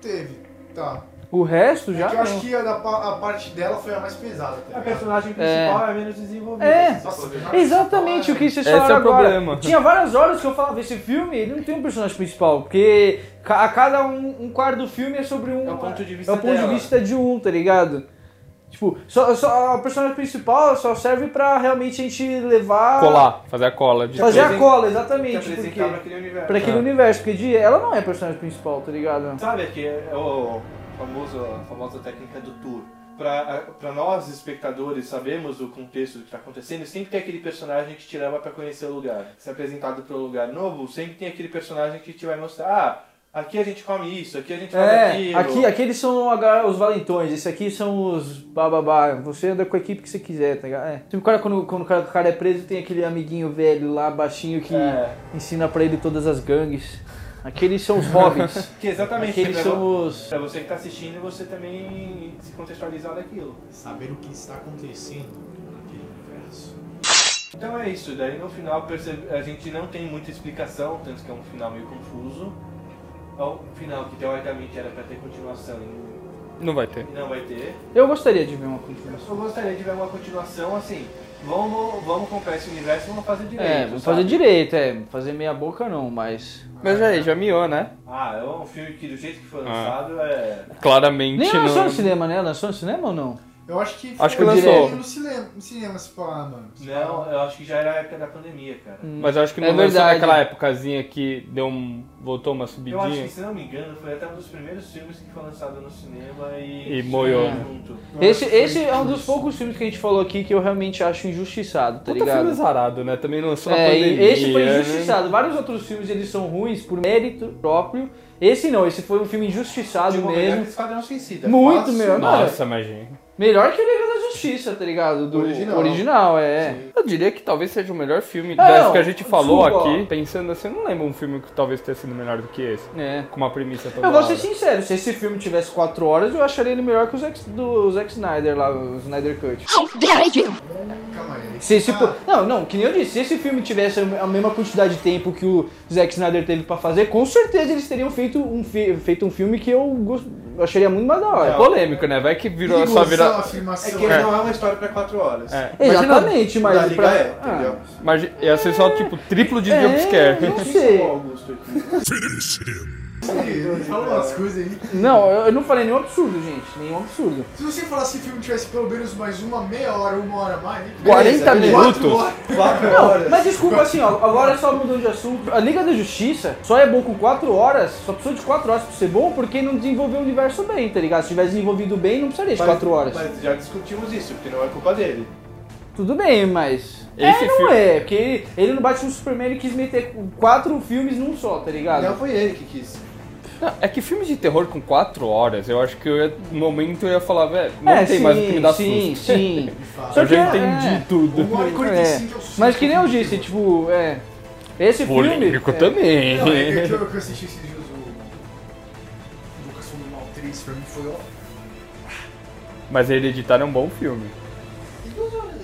[SPEAKER 4] Teve. Tá.
[SPEAKER 3] O resto já.
[SPEAKER 1] É
[SPEAKER 4] Porque eu
[SPEAKER 3] não.
[SPEAKER 4] acho que a, da pa- a parte dela foi a mais pesada. Tá
[SPEAKER 1] a
[SPEAKER 4] ligado?
[SPEAKER 1] personagem principal é, menos desenvolvida.
[SPEAKER 3] É.
[SPEAKER 1] se você for ver.
[SPEAKER 3] Exatamente o que vocês
[SPEAKER 2] Esse
[SPEAKER 3] falaram
[SPEAKER 2] é o
[SPEAKER 3] agora.
[SPEAKER 2] problema.
[SPEAKER 3] Tinha várias horas que eu falava, esse filme ele não tem um personagem principal, porque ca- a cada um, um quarto do filme é sobre um.
[SPEAKER 1] É o ponto de vista
[SPEAKER 3] é o ponto de
[SPEAKER 1] dela.
[SPEAKER 3] vista de um, tá ligado? Tipo, só, só, o personagem principal só serve pra realmente a gente levar.
[SPEAKER 2] Colar, fazer a cola. De
[SPEAKER 3] Fazer a
[SPEAKER 1] Apresenta-
[SPEAKER 3] cola,
[SPEAKER 1] Tem que
[SPEAKER 3] exatamente. Porque,
[SPEAKER 1] apresentar pra aquele universo.
[SPEAKER 3] pra aquele
[SPEAKER 2] É.
[SPEAKER 3] universo, porque de, ela não é personagem principal, tá ligado?
[SPEAKER 1] Sabe que é o famoso, a famosa técnica do tour. Para nós, espectadores, sabemos o contexto do que está acontecendo, sempre tem aquele personagem que te leva para conhecer o lugar. Se é apresentado para um lugar novo, sempre tem aquele personagem que te vai mostrar, ah, Aqui a gente come isso, aqui a gente come
[SPEAKER 3] É,
[SPEAKER 1] aquilo.
[SPEAKER 3] aqui, aqui eles são a ga- os valentões, esse aqui são os bababá. Você anda com a equipe que você quiser, tá ligado? É. Tipo, o cara, quando, quando o cara- o cara é preso, tem aquele amiguinho velho lá, baixinho, que
[SPEAKER 1] É.
[SPEAKER 3] ensina pra ele todas as gangues. Aqueles são os hobbits.
[SPEAKER 1] Que é exatamente. né,
[SPEAKER 3] Aqueles
[SPEAKER 1] pra-
[SPEAKER 3] são os...
[SPEAKER 1] Pra você que tá assistindo, você também se contextualizar daquilo.
[SPEAKER 4] Saber o que está acontecendo naquele universo.
[SPEAKER 1] Então é isso, daí no final percebe- a gente não tem muita explicação, tanto que é um final meio confuso. É um final que teoricamente era pra ter continuação e
[SPEAKER 2] Não vai ter.
[SPEAKER 1] não vai ter.
[SPEAKER 3] Eu gostaria de ver uma continuação.
[SPEAKER 1] Eu gostaria de ver uma continuação assim. Vamos, vamos comprar esse universo e vamos fazer direito.
[SPEAKER 3] É, vou
[SPEAKER 1] sabe?
[SPEAKER 3] fazer direito, é. Fazer meia boca não, mas...
[SPEAKER 2] Mas
[SPEAKER 4] é,
[SPEAKER 2] aí, já miou, né?
[SPEAKER 1] Ah, é um filme que do jeito que
[SPEAKER 2] Ah.
[SPEAKER 1] foi lançado é.
[SPEAKER 2] Claramente
[SPEAKER 3] Nem lançou no
[SPEAKER 2] não.
[SPEAKER 3] cinema, né? Lançou no cinema ou não?
[SPEAKER 4] Eu acho que
[SPEAKER 2] Acho
[SPEAKER 4] foi
[SPEAKER 2] que
[SPEAKER 4] direto
[SPEAKER 2] lançou.
[SPEAKER 4] no cinema, no cinema se falar, mano. Se falar.
[SPEAKER 1] Não, é eu acho que já era a época da pandemia, cara.
[SPEAKER 2] Mas eu acho que
[SPEAKER 3] É
[SPEAKER 2] não lançou
[SPEAKER 3] verdade.
[SPEAKER 2] naquela épocazinha que deu um. voltou uma
[SPEAKER 1] Eu acho que,
[SPEAKER 2] subidinha.
[SPEAKER 1] se não me engano, foi até um dos primeiros filmes que foi lançado no cinema e.
[SPEAKER 2] E moiou,
[SPEAKER 1] É.
[SPEAKER 2] né?
[SPEAKER 1] Junto.
[SPEAKER 4] Eu
[SPEAKER 3] Esse,
[SPEAKER 4] acho que foi
[SPEAKER 3] esse é um dos
[SPEAKER 4] isso.
[SPEAKER 3] poucos filmes que a gente falou aqui que eu realmente acho injustiçado, tá
[SPEAKER 2] Puta filme
[SPEAKER 3] ligado?
[SPEAKER 2] zarado, né? Também lançou na
[SPEAKER 3] É, e
[SPEAKER 2] pandemia.
[SPEAKER 3] esse foi
[SPEAKER 2] né?
[SPEAKER 3] injustiçado. Vários outros filmes eles são ruins por mérito próprio. Esse não, esse foi um filme injustiçado
[SPEAKER 4] é
[SPEAKER 1] Tipo, melhor que
[SPEAKER 3] mesmo.
[SPEAKER 1] Esquadrão Suicida.
[SPEAKER 3] Muito
[SPEAKER 1] Fácil.
[SPEAKER 3] melhor.
[SPEAKER 4] né?
[SPEAKER 2] Nossa, imagina.
[SPEAKER 3] Melhor que o Liga da Justiça, tá ligado? Do original,
[SPEAKER 4] Original.
[SPEAKER 3] é.
[SPEAKER 2] Eu diria que talvez seja o melhor filme
[SPEAKER 3] Ah,
[SPEAKER 2] das
[SPEAKER 3] não,
[SPEAKER 2] que a gente falou
[SPEAKER 3] desculpa.
[SPEAKER 2] aqui. Pensando assim, eu não lembro um filme que talvez tenha sido melhor do que esse.
[SPEAKER 3] É.
[SPEAKER 2] Com uma premissa toda
[SPEAKER 3] Eu vou ser
[SPEAKER 2] hora.
[SPEAKER 3] sincero, se esse filme tivesse 4 horas, eu acharia ele melhor que o Zack, do Zack Snyder lá, o Snyder Cut.
[SPEAKER 7] How dare you!
[SPEAKER 4] Calma aí.
[SPEAKER 3] Se esse,
[SPEAKER 4] Ah,
[SPEAKER 3] po- Não, não, que nem eu disse, se esse filme tivesse a mesma quantidade de tempo que o Zack Snyder teve pra fazer, com certeza eles teriam feito um, fi- feito um filme que eu gost- eu acharia muito mais da hora.
[SPEAKER 2] É polêmico, né? Vai que virou só
[SPEAKER 4] Igual
[SPEAKER 2] virar.
[SPEAKER 1] É
[SPEAKER 4] afirmação.
[SPEAKER 1] que ele não é uma história pra quatro horas.
[SPEAKER 2] É. Imagina,
[SPEAKER 3] Exatamente,
[SPEAKER 1] Mas da
[SPEAKER 3] mas.
[SPEAKER 1] Liga
[SPEAKER 3] pra-
[SPEAKER 1] é,
[SPEAKER 3] Ah.
[SPEAKER 1] entendeu?
[SPEAKER 2] mas ia ser só tipo triplo de
[SPEAKER 3] É,
[SPEAKER 2] jumpscare.
[SPEAKER 3] não
[SPEAKER 1] Quem
[SPEAKER 3] sei.
[SPEAKER 1] chamou o Augusto aqui?
[SPEAKER 4] Ele Fala umas coisas aí.
[SPEAKER 3] Não, eu eu não falei nenhum absurdo, gente. Nenhum absurdo.
[SPEAKER 4] Se você falasse que o filme tivesse pelo menos mais uma meia hora, uma hora a mais, né? Beleza,
[SPEAKER 2] 40 minutos.
[SPEAKER 4] quatro horas.
[SPEAKER 1] Quatro
[SPEAKER 3] Não,
[SPEAKER 1] horas.
[SPEAKER 3] mas desculpa assim, ó, agora só mudando de assunto. A Liga da Justiça só é bom com 4 horas, só precisou de 4 horas pra ser bom porque não desenvolveu o universo bem, tá ligado? Se tivesse desenvolvido bem, não precisaria de
[SPEAKER 1] Mas-
[SPEAKER 3] 4 horas.
[SPEAKER 1] Mas já discutimos isso, porque não é culpa dele.
[SPEAKER 3] Tudo bem, mas.
[SPEAKER 2] Esse
[SPEAKER 3] é, não
[SPEAKER 2] filme-
[SPEAKER 3] é, porque ele, ele não bate no Superman e quis meter quatro filmes num só, tá ligado?
[SPEAKER 1] Não foi ele que quis.
[SPEAKER 2] Não, é que filme de terror com 4 horas, eu acho que eu ia- no momento eu ia falar, velho, não
[SPEAKER 3] é,
[SPEAKER 2] tem
[SPEAKER 3] sim,
[SPEAKER 2] mais o que me dá
[SPEAKER 3] sim,
[SPEAKER 2] susto.
[SPEAKER 3] sim.
[SPEAKER 2] Eu já
[SPEAKER 3] é-
[SPEAKER 2] entendi
[SPEAKER 3] é.
[SPEAKER 2] tudo.
[SPEAKER 4] Uma hora e 45 é o
[SPEAKER 3] É, Mas que nem eu disse, tipo, é. Esse
[SPEAKER 2] Polêmico
[SPEAKER 3] filme. é,
[SPEAKER 2] também.
[SPEAKER 4] Não, é que eu que eu assisti esses dias o Lucas Fundo Mal 3, pra mim foi ó.
[SPEAKER 2] Mas Hereditário é um bom filme.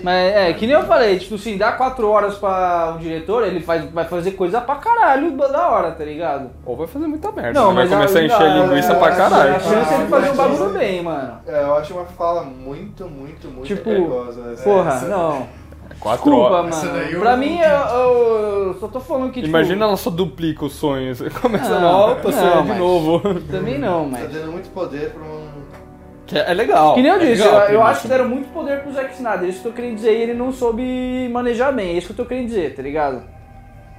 [SPEAKER 3] Mas é, que nem eu falei, tipo assim, dá quatro horas pra um diretor, ele faz, vai fazer coisa pra caralho da hora, tá ligado?
[SPEAKER 2] Ou vai fazer muita merda.
[SPEAKER 3] Não,
[SPEAKER 2] né? vai
[SPEAKER 3] mas a-
[SPEAKER 2] começar a encher
[SPEAKER 3] não,
[SPEAKER 2] linguiça
[SPEAKER 1] é,
[SPEAKER 2] pra
[SPEAKER 1] é,
[SPEAKER 2] caralho.
[SPEAKER 3] A chance é ele fazer
[SPEAKER 4] Ah,
[SPEAKER 3] um bagulho bem, mano.
[SPEAKER 1] É, eu acho uma fala muito, muito, muito
[SPEAKER 3] Tipo,
[SPEAKER 1] perigosa. essa.
[SPEAKER 3] Porra,
[SPEAKER 1] Essa- tá
[SPEAKER 3] não.
[SPEAKER 2] Quatro
[SPEAKER 3] é Desculpa,
[SPEAKER 2] horas.
[SPEAKER 4] Essa daí
[SPEAKER 3] mano.
[SPEAKER 4] eu
[SPEAKER 3] Pra
[SPEAKER 4] não
[SPEAKER 3] mim, eu,
[SPEAKER 4] entendo.
[SPEAKER 3] eu só tô falando que, tipo...
[SPEAKER 2] Imagina ela só duplica os sonhos. Começa
[SPEAKER 3] Não,
[SPEAKER 2] volta,
[SPEAKER 3] não,
[SPEAKER 2] sonha de
[SPEAKER 3] mas-
[SPEAKER 2] novo.
[SPEAKER 3] Também não,
[SPEAKER 1] Tá
[SPEAKER 3] mas...
[SPEAKER 1] dando muito poder pra um.
[SPEAKER 2] Que é é legal.
[SPEAKER 3] Que nem eu
[SPEAKER 2] é
[SPEAKER 3] disse,
[SPEAKER 2] legal a
[SPEAKER 3] eu, eu acho
[SPEAKER 2] premissa.
[SPEAKER 3] que deram muito poder pro Zack Snyder. Isso que eu queria dizer, e ele não soube manejar bem. É isso que eu tô querendo dizer, tá ligado?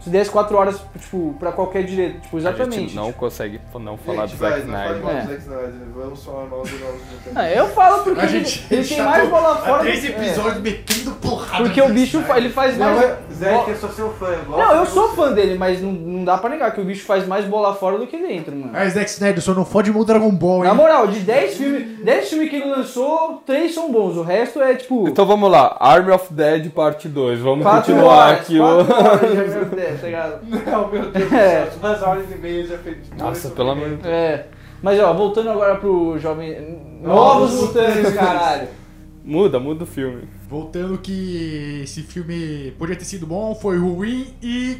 [SPEAKER 3] Se desse 4 horas, tipo, pra qualquer direito. Tipo,
[SPEAKER 2] A
[SPEAKER 3] exatamente.
[SPEAKER 2] gente não consegue não falar
[SPEAKER 1] Gente,
[SPEAKER 2] do
[SPEAKER 1] vai,
[SPEAKER 2] Zack
[SPEAKER 1] não fale
[SPEAKER 2] Snyder.
[SPEAKER 1] mal do
[SPEAKER 3] É.
[SPEAKER 1] Zack Snyder. Vamos falar mal do novo Mutantes.
[SPEAKER 3] Ah, eu falo porque
[SPEAKER 4] A
[SPEAKER 3] ele,
[SPEAKER 4] gente
[SPEAKER 3] ele tem
[SPEAKER 4] já
[SPEAKER 3] mais
[SPEAKER 4] tô
[SPEAKER 3] bola
[SPEAKER 4] há
[SPEAKER 3] fora.
[SPEAKER 4] três
[SPEAKER 3] é,
[SPEAKER 4] episódios metendo porrada.
[SPEAKER 3] porque
[SPEAKER 4] no
[SPEAKER 3] o bicho
[SPEAKER 4] Zack
[SPEAKER 3] fa- ele faz mais.
[SPEAKER 1] Não, eu- Zack, eu sou seu fã. eu gosto
[SPEAKER 3] Não, eu
[SPEAKER 1] de
[SPEAKER 3] sou
[SPEAKER 1] você.
[SPEAKER 3] fã dele, mas não, não dá pra negar que o bicho faz mais bola fora do que dentro, mano.
[SPEAKER 4] Snyder. Ah, Zack Snyder, só não fode meu Dragon Ball,
[SPEAKER 3] Na
[SPEAKER 4] hein?
[SPEAKER 3] moral, de 10 filmes, 10 filmes que ele lançou, 3 são bons, o resto é tipo.
[SPEAKER 2] Então vamos lá, Army of Dead parte 2. Vamos
[SPEAKER 3] quatro
[SPEAKER 2] continuar
[SPEAKER 3] horas,
[SPEAKER 2] aqui.
[SPEAKER 3] quatro
[SPEAKER 2] o-
[SPEAKER 3] horas de Army of Death, tá ligado?
[SPEAKER 1] Não, meu Deus do
[SPEAKER 3] É.
[SPEAKER 1] céu, duas horas e meia já fez.
[SPEAKER 2] Nossa, pelo amor de Deus.
[SPEAKER 3] É. Mas ó, voltando agora pro jovem. Novos mutantes, caralho.
[SPEAKER 2] Muda, muda o filme.
[SPEAKER 4] Voltando que esse filme podia ter sido bom, foi ruim e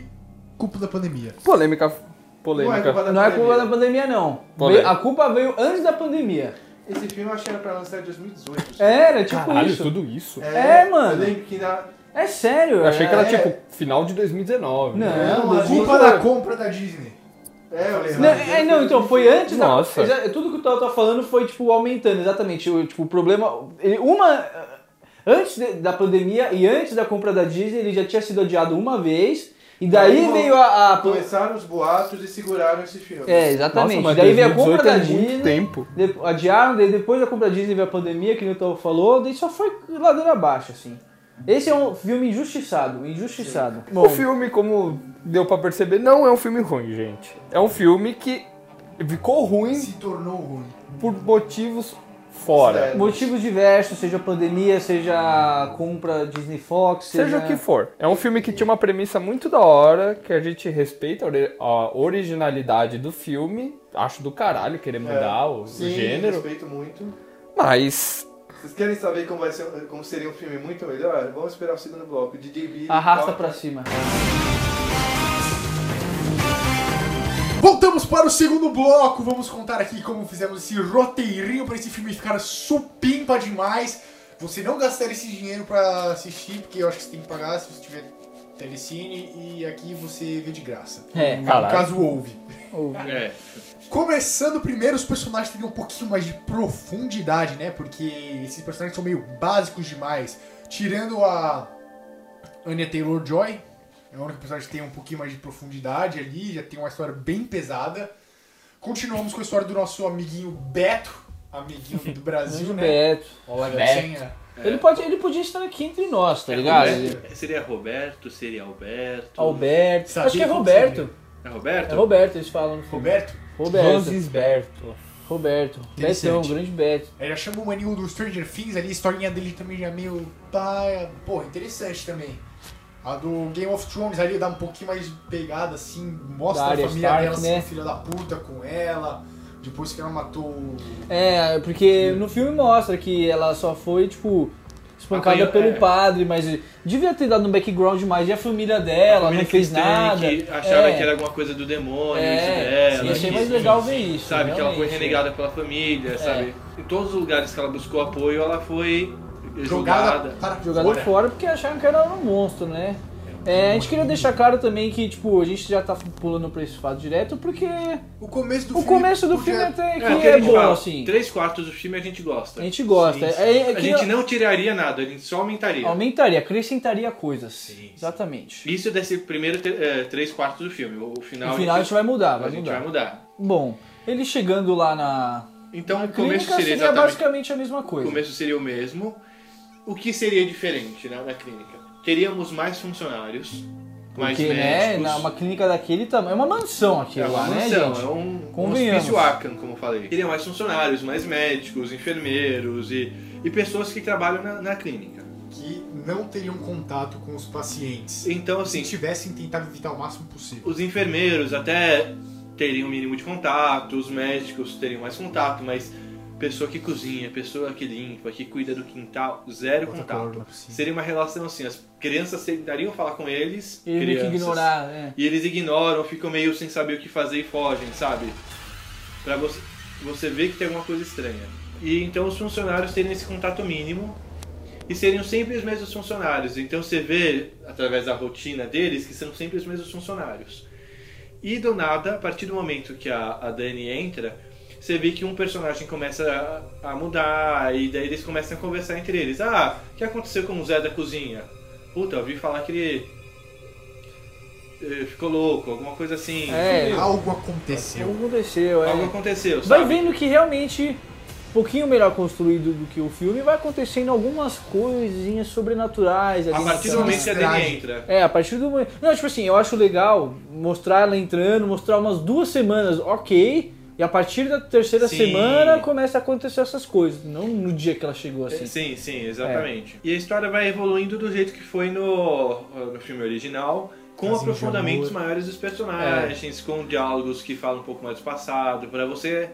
[SPEAKER 4] culpa da pandemia.
[SPEAKER 2] Polêmica.
[SPEAKER 1] Não é
[SPEAKER 2] Polêmica.
[SPEAKER 1] culpa da
[SPEAKER 3] Não é culpa da
[SPEAKER 1] pandemia.
[SPEAKER 3] pandemia, não.
[SPEAKER 2] Polêmica.
[SPEAKER 3] Veio- a culpa veio antes da pandemia.
[SPEAKER 1] Esse filme eu achei que era pra lançar em 2018.
[SPEAKER 3] Era, tipo
[SPEAKER 2] Caralho,
[SPEAKER 3] isso.
[SPEAKER 2] tudo isso?
[SPEAKER 3] É, mano.
[SPEAKER 1] assim. Eu lembro que na,
[SPEAKER 3] É sério.
[SPEAKER 2] Eu achei que era
[SPEAKER 1] É.
[SPEAKER 2] tipo final de 2019.
[SPEAKER 3] Não,
[SPEAKER 1] Não,
[SPEAKER 3] dois
[SPEAKER 1] a
[SPEAKER 3] mil-
[SPEAKER 4] Culpa da compra da Disney.
[SPEAKER 1] É, eu lembro.
[SPEAKER 3] Não, é, não, então foi antes
[SPEAKER 2] Nossa.
[SPEAKER 3] da. exa- Tudo que o Tal tá falando foi, tipo, aumentando, exatamente. O, tipo, o problema. ele- Uma. Antes de- da pandemia e antes da compra da Disney, ele já tinha sido adiado uma vez. E daí
[SPEAKER 1] Aí,
[SPEAKER 3] veio a. a-
[SPEAKER 1] Começaram os boatos e seguraram esse filme.
[SPEAKER 3] É,
[SPEAKER 2] Nossa,
[SPEAKER 3] exatamente.
[SPEAKER 2] mas
[SPEAKER 3] daí veio a
[SPEAKER 2] 2018
[SPEAKER 3] compra da
[SPEAKER 2] é muito
[SPEAKER 3] Disney.
[SPEAKER 2] tempo.
[SPEAKER 3] de- Adiaram, daí depois da compra da Disney veio a pandemia, que o Newton falou, daí só foi ladeira abaixo, assim. Esse é um filme injustiçado, injustiçado. Bom,
[SPEAKER 2] O filme, como deu pra perceber, não é um filme ruim, gente. É um filme que Ficou ruim
[SPEAKER 4] se tornou ruim.
[SPEAKER 2] por motivos fora.
[SPEAKER 1] Sério.
[SPEAKER 3] Motivos diversos, seja pandemia, seja compra Disney Fox,
[SPEAKER 2] Seja o que for. É um filme que tinha uma premissa muito da hora, que a gente respeita a ori- a originalidade do filme. Acho do caralho querer mudar o o
[SPEAKER 1] Sim,
[SPEAKER 2] gênero.
[SPEAKER 1] respeito muito.
[SPEAKER 2] Mas.
[SPEAKER 1] Vocês querem saber como, vai ser, como seria um filme muito melhor? Vamos esperar o segundo bloco. DJ Billy.
[SPEAKER 3] Arrasta
[SPEAKER 1] toca-
[SPEAKER 3] pra cima.
[SPEAKER 4] Voltamos para o segundo bloco. Vamos contar aqui como fizemos esse roteirinho para esse filme ficar supimpa demais. Você não gastar esse dinheiro para assistir, porque eu acho que você tem que pagar se você tiver telecine e aqui você vê de graça.
[SPEAKER 3] É.
[SPEAKER 4] No
[SPEAKER 2] Caralho.
[SPEAKER 4] caso, ouve. Começando primeiro, os personagens teriam um pouquinho mais de profundidade, né? Porque esses personagens são meio básicos demais. Tirando a Anya Taylor-Joy, é a única personagem que tem um pouquinho mais de profundidade ali, já tem uma história bem pesada. Continuamos com a história do nosso amiguinho Beto, amiguinho do Brasil, né?
[SPEAKER 3] Beto.
[SPEAKER 4] Olha,
[SPEAKER 3] Beto.
[SPEAKER 4] senha.
[SPEAKER 3] um Ele, pode, ele podia estar aqui entre nós, tá ligado? Ele-
[SPEAKER 7] Roberto- Seria Roberto, seria Alberto.
[SPEAKER 3] Alberto.
[SPEAKER 4] Sabia
[SPEAKER 3] Acho que é
[SPEAKER 4] que eu
[SPEAKER 3] Roberto.
[SPEAKER 4] sabia.
[SPEAKER 7] É Roberto?
[SPEAKER 3] É Roberto, eles falam no filme.
[SPEAKER 4] Roberto,
[SPEAKER 3] Roberto.
[SPEAKER 2] Rosisberto.
[SPEAKER 3] Roberto. Betão,
[SPEAKER 4] Interessante.
[SPEAKER 3] grande Beto.
[SPEAKER 4] ele já chama o maninho do Stranger Things ali, a historinha dele também já é meio. Pai, porra, interessante também. A do Game of Thrones ali dá um pouquinho mais de pegada, assim, mostra
[SPEAKER 3] Da
[SPEAKER 4] a
[SPEAKER 3] Arya
[SPEAKER 4] família
[SPEAKER 3] Stark,
[SPEAKER 4] dela, assim,
[SPEAKER 3] né?
[SPEAKER 4] filha da puta com ela, depois que ela matou o.
[SPEAKER 3] É, porque no filme mostra que ela só foi, tipo, espancada
[SPEAKER 7] Apanhou,
[SPEAKER 3] pelo
[SPEAKER 7] é.
[SPEAKER 3] padre, mas devia ter dado um background mais. E a família dela, não fez nada.
[SPEAKER 7] Que achava
[SPEAKER 3] É.
[SPEAKER 7] que era alguma coisa do demônio, isso
[SPEAKER 3] É,
[SPEAKER 7] dela.
[SPEAKER 3] sim, achei
[SPEAKER 7] que-
[SPEAKER 3] mais legal ver isso.
[SPEAKER 7] Sabe, que ela foi
[SPEAKER 3] realmente. é.
[SPEAKER 7] renegada pela família, sabe? Em todos os lugares que ela buscou apoio, ela foi
[SPEAKER 4] Jogada
[SPEAKER 7] jogada.
[SPEAKER 4] para
[SPEAKER 3] Jogada
[SPEAKER 4] fora.
[SPEAKER 3] fora. porque acharam que era um monstro, né? É, a gente queria deixar claro também que, tipo, a gente já tá pulando pra esse fato direto, porque
[SPEAKER 4] O começo do
[SPEAKER 3] o
[SPEAKER 4] filme.
[SPEAKER 3] começo do
[SPEAKER 4] porque
[SPEAKER 3] filme até que
[SPEAKER 7] o
[SPEAKER 3] é,
[SPEAKER 7] que a gente
[SPEAKER 3] bom,
[SPEAKER 7] fala,
[SPEAKER 3] assim.
[SPEAKER 7] Três quartos do filme a gente gosta.
[SPEAKER 3] A gente gosta.
[SPEAKER 4] Sim, sim.
[SPEAKER 3] É, é
[SPEAKER 7] A
[SPEAKER 3] que
[SPEAKER 7] gente não tiraria nada, a gente só aumentaria.
[SPEAKER 3] aumentaria, acrescentaria coisas.
[SPEAKER 7] sim.
[SPEAKER 3] Exatamente.
[SPEAKER 7] Isso desse primeiro te- eh, três quartos do filme. O final, é
[SPEAKER 3] No final a gente vai mudar, vai
[SPEAKER 7] a gente
[SPEAKER 3] mudar.
[SPEAKER 7] vai mudar.
[SPEAKER 3] Bom, ele chegando lá na
[SPEAKER 7] Então o
[SPEAKER 3] clínica
[SPEAKER 7] começo seria,
[SPEAKER 3] seria,
[SPEAKER 7] exatamente.
[SPEAKER 3] basicamente a mesma
[SPEAKER 7] O
[SPEAKER 3] coisa.
[SPEAKER 7] começo seria o mesmo. O que seria diferente né, na clínica? Teríamos mais funcionários, mais
[SPEAKER 3] Porque, né,
[SPEAKER 7] médicos.
[SPEAKER 3] na- uma clínica daquele tamanho. É uma mansão aqui
[SPEAKER 7] É uma
[SPEAKER 3] lá,
[SPEAKER 7] mansão,
[SPEAKER 3] né, gente?
[SPEAKER 7] é um, um
[SPEAKER 3] Convenhamos.
[SPEAKER 7] hospício Arkham, como eu falei. Teria mais funcionários, mais médicos, enfermeiros e, e pessoas que trabalham na, na clínica.
[SPEAKER 4] Que não teriam contato com os pacientes.
[SPEAKER 7] Então, assim,
[SPEAKER 4] Se tivessem tentado evitar o máximo possível.
[SPEAKER 7] os enfermeiros até teriam o mínimo de contato, os médicos teriam mais contato, mas pessoa que cozinha, pessoa que limpa, que cuida do quintal, zero
[SPEAKER 4] Outra
[SPEAKER 7] um contato.
[SPEAKER 4] palavra possível.
[SPEAKER 7] Seria uma relação assim, as crianças tentariam falar com eles,
[SPEAKER 3] Ele meio que
[SPEAKER 7] crianças,
[SPEAKER 3] ignorar, né?
[SPEAKER 7] e eles ignoram, ficam meio sem saber o que fazer e fogem, sabe? Pra você, você ver que tem alguma coisa estranha. E então os funcionários terem esse contato mínimo e seriam sempre os mesmos funcionários. Então você vê, através da rotina deles, que são sempre os mesmos funcionários. E do nada, a partir do momento que a, a Dani entra, você vê que um personagem começa a, a mudar, e daí eles começam a conversar entre eles. Ah, o que aconteceu com o Zé da cozinha? Puta, eu ouvi falar que ele eh, ficou louco, alguma coisa assim.
[SPEAKER 3] É,
[SPEAKER 4] Algo aconteceu.
[SPEAKER 3] Algo aconteceu, é.
[SPEAKER 7] Algo aconteceu,
[SPEAKER 3] Vai
[SPEAKER 7] sabe?
[SPEAKER 3] vendo que realmente um pouquinho melhor construído do que o filme, vai acontecendo algumas coisinhas sobrenaturais ali.
[SPEAKER 7] A partir do
[SPEAKER 3] naquela-
[SPEAKER 7] momento que a Dani
[SPEAKER 4] Traje.
[SPEAKER 7] entra.
[SPEAKER 3] É, a partir do momento. Não, tipo assim, eu acho legal mostrar ela entrando, mostrar umas duas semanas, ok. E a partir da terceira
[SPEAKER 7] Sim.
[SPEAKER 3] semana começa a acontecer essas coisas. Não no dia que ela chegou assim. É.
[SPEAKER 7] Sim, sim, exatamente. E a história vai evoluindo do jeito que foi no, eh, no filme original, com
[SPEAKER 4] Casinho de
[SPEAKER 7] aprofundamentos
[SPEAKER 4] amor.
[SPEAKER 7] maiores dos
[SPEAKER 3] É.
[SPEAKER 7] personagens, com diálogos que falam um pouco mais do passado, pra você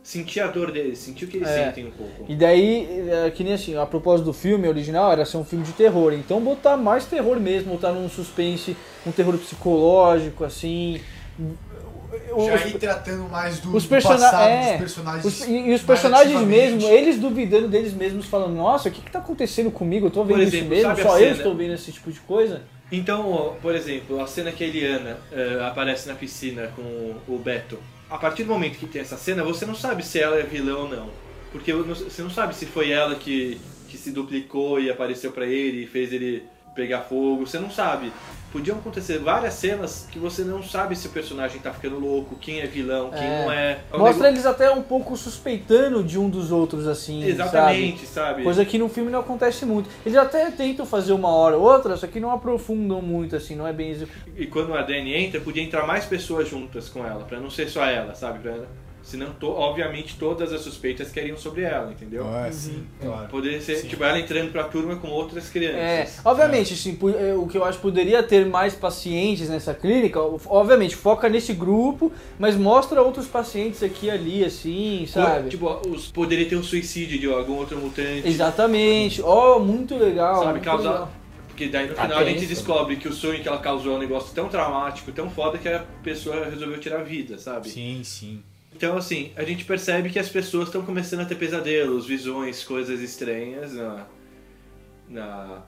[SPEAKER 7] sentir a dor deles, sentir o que eles
[SPEAKER 3] É.
[SPEAKER 7] sentem um pouco.
[SPEAKER 3] E daí, é, que nem assim, a propósito do filme original era ser um filme de terror. Então botar mais terror mesmo, botar num suspense, um terror psicológico, assim.
[SPEAKER 4] Já ir tratando mais do,
[SPEAKER 3] Os
[SPEAKER 4] do
[SPEAKER 3] persona-
[SPEAKER 4] passado
[SPEAKER 3] é.
[SPEAKER 4] dos personagens.
[SPEAKER 3] Os- e, e os
[SPEAKER 4] mais
[SPEAKER 3] personagens
[SPEAKER 4] ativamente. É,
[SPEAKER 3] mesmo, eles duvidando deles mesmos, falando, nossa, o que, que tá acontecendo comigo? Eu tô vendo
[SPEAKER 7] exemplo,
[SPEAKER 3] isso mesmo,
[SPEAKER 7] sabe a
[SPEAKER 3] só eu
[SPEAKER 7] cena-
[SPEAKER 3] estou vendo esse tipo de coisa.
[SPEAKER 7] Então, ó, por exemplo, a cena que a Eliana eh, aparece na piscina com o Beto. A partir do momento que tem essa cena, você não sabe se ela é vilã ou não. Porque eu não- você não sabe se foi ela que, que se duplicou e apareceu pra ele e fez ele pegar fogo. Você não sabe. podiam acontecer várias cenas que você não sabe se o personagem tá ficando louco, quem é vilão, quem
[SPEAKER 3] É.
[SPEAKER 7] não é. É um
[SPEAKER 3] Mostra
[SPEAKER 7] negócio-
[SPEAKER 3] eles até um pouco suspeitando de um dos outros, assim, sabe?
[SPEAKER 7] Exatamente, sabe?
[SPEAKER 3] Coisa que no filme não acontece muito. Eles até tentam fazer uma hora ou outra, só que não aprofundam muito, assim, não é bem executado.
[SPEAKER 7] E quando a Dani entra, podia entrar mais pessoas juntas com ela, pra não ser só ela, sabe? Pra... Senão, to... obviamente, todas as suspeitas queriam sobre ela, entendeu?
[SPEAKER 4] Ah, sim, claro.
[SPEAKER 7] Poderia ser,
[SPEAKER 4] Sim.
[SPEAKER 7] tipo, ela entrando pra turma com outras
[SPEAKER 3] É,
[SPEAKER 7] crianças.
[SPEAKER 3] obviamente, assim, pu- é, o que eu acho que poderia ter mais pacientes nessa clínica, o- obviamente, foca nesse grupo, mas mostra outros pacientes aqui e ali, assim, sabe?
[SPEAKER 7] Tipo, os... poderia ter um suicídio de algum outro mutante.
[SPEAKER 3] Exatamente. Ó, muito legal.
[SPEAKER 7] Sabe,
[SPEAKER 3] Ah, muito
[SPEAKER 7] causar-
[SPEAKER 3] legal.
[SPEAKER 7] Porque daí no
[SPEAKER 2] Ah,
[SPEAKER 7] final a
[SPEAKER 2] tem
[SPEAKER 7] gente
[SPEAKER 2] isso.
[SPEAKER 7] descobre que o sonho que ela causou é um negócio tão traumático, tão foda, que a pessoa resolveu tirar a vida, sabe?
[SPEAKER 4] Sim, sim.
[SPEAKER 7] Então, assim, a gente percebe que as pessoas estão começando a ter pesadelos, visões, coisas estranhas na, na-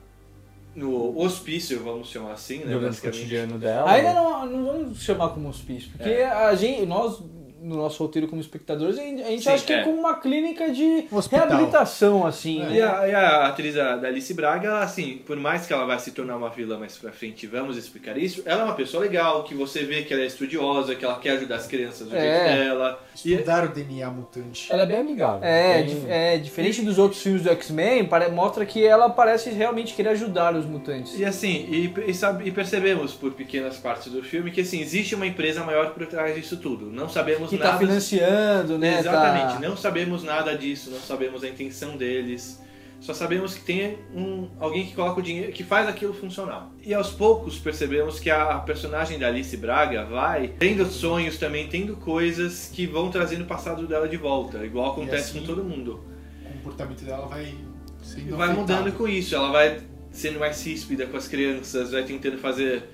[SPEAKER 7] no hospício, vamos chamar assim, né?
[SPEAKER 2] Durante o
[SPEAKER 7] Basicamente.
[SPEAKER 2] cotidiano dela. né?
[SPEAKER 3] Ainda não, não vamos chamar como hospício, porque a gente, nós, no nosso roteiro como espectadores, a gente a gente
[SPEAKER 7] Sim,
[SPEAKER 3] acha que é.
[SPEAKER 7] é.
[SPEAKER 3] como uma clínica de
[SPEAKER 4] Hospital.
[SPEAKER 3] reabilitação, assim, né?
[SPEAKER 7] E a, e a atriz a- da Alice Braga, ela, assim, por mais que ela vai se tornar uma vilã mais pra frente, vamos explicar isso, ela é uma pessoa legal, que você vê que ela é estudiosa, que ela quer ajudar as crianças do
[SPEAKER 3] É.
[SPEAKER 7] jeito dela. E-
[SPEAKER 4] Estudaram o DNA mutante.
[SPEAKER 2] Ela é bem amigável.
[SPEAKER 3] É,
[SPEAKER 2] Bem-
[SPEAKER 3] dif- é, diferente dos outros filmes do X-Men, pare- mostra que ela parece realmente querer ajudar os mutantes.
[SPEAKER 7] E assim, e, e sabe- e percebemos por pequenas partes do filme que assim, existe uma empresa maior por trás disso tudo. Não sabemos
[SPEAKER 3] Que
[SPEAKER 7] nada.
[SPEAKER 3] tá financiando, né?
[SPEAKER 7] Exatamente,
[SPEAKER 3] tá-
[SPEAKER 7] não sabemos nada disso, não sabemos a intenção deles. Só sabemos que tem um, alguém que coloca o dinheiro, que faz aquilo funcionar. E aos poucos percebemos que a personagem da Alice Braga vai tendo sonhos também, tendo coisas que vão trazendo o passado dela de volta, igual acontece
[SPEAKER 4] assim,
[SPEAKER 7] com todo mundo.
[SPEAKER 4] O comportamento dela vai sendo
[SPEAKER 7] Vai
[SPEAKER 4] afetado.
[SPEAKER 7] mudando com isso, ela vai sendo mais ríspida com as crianças, vai tentando fazer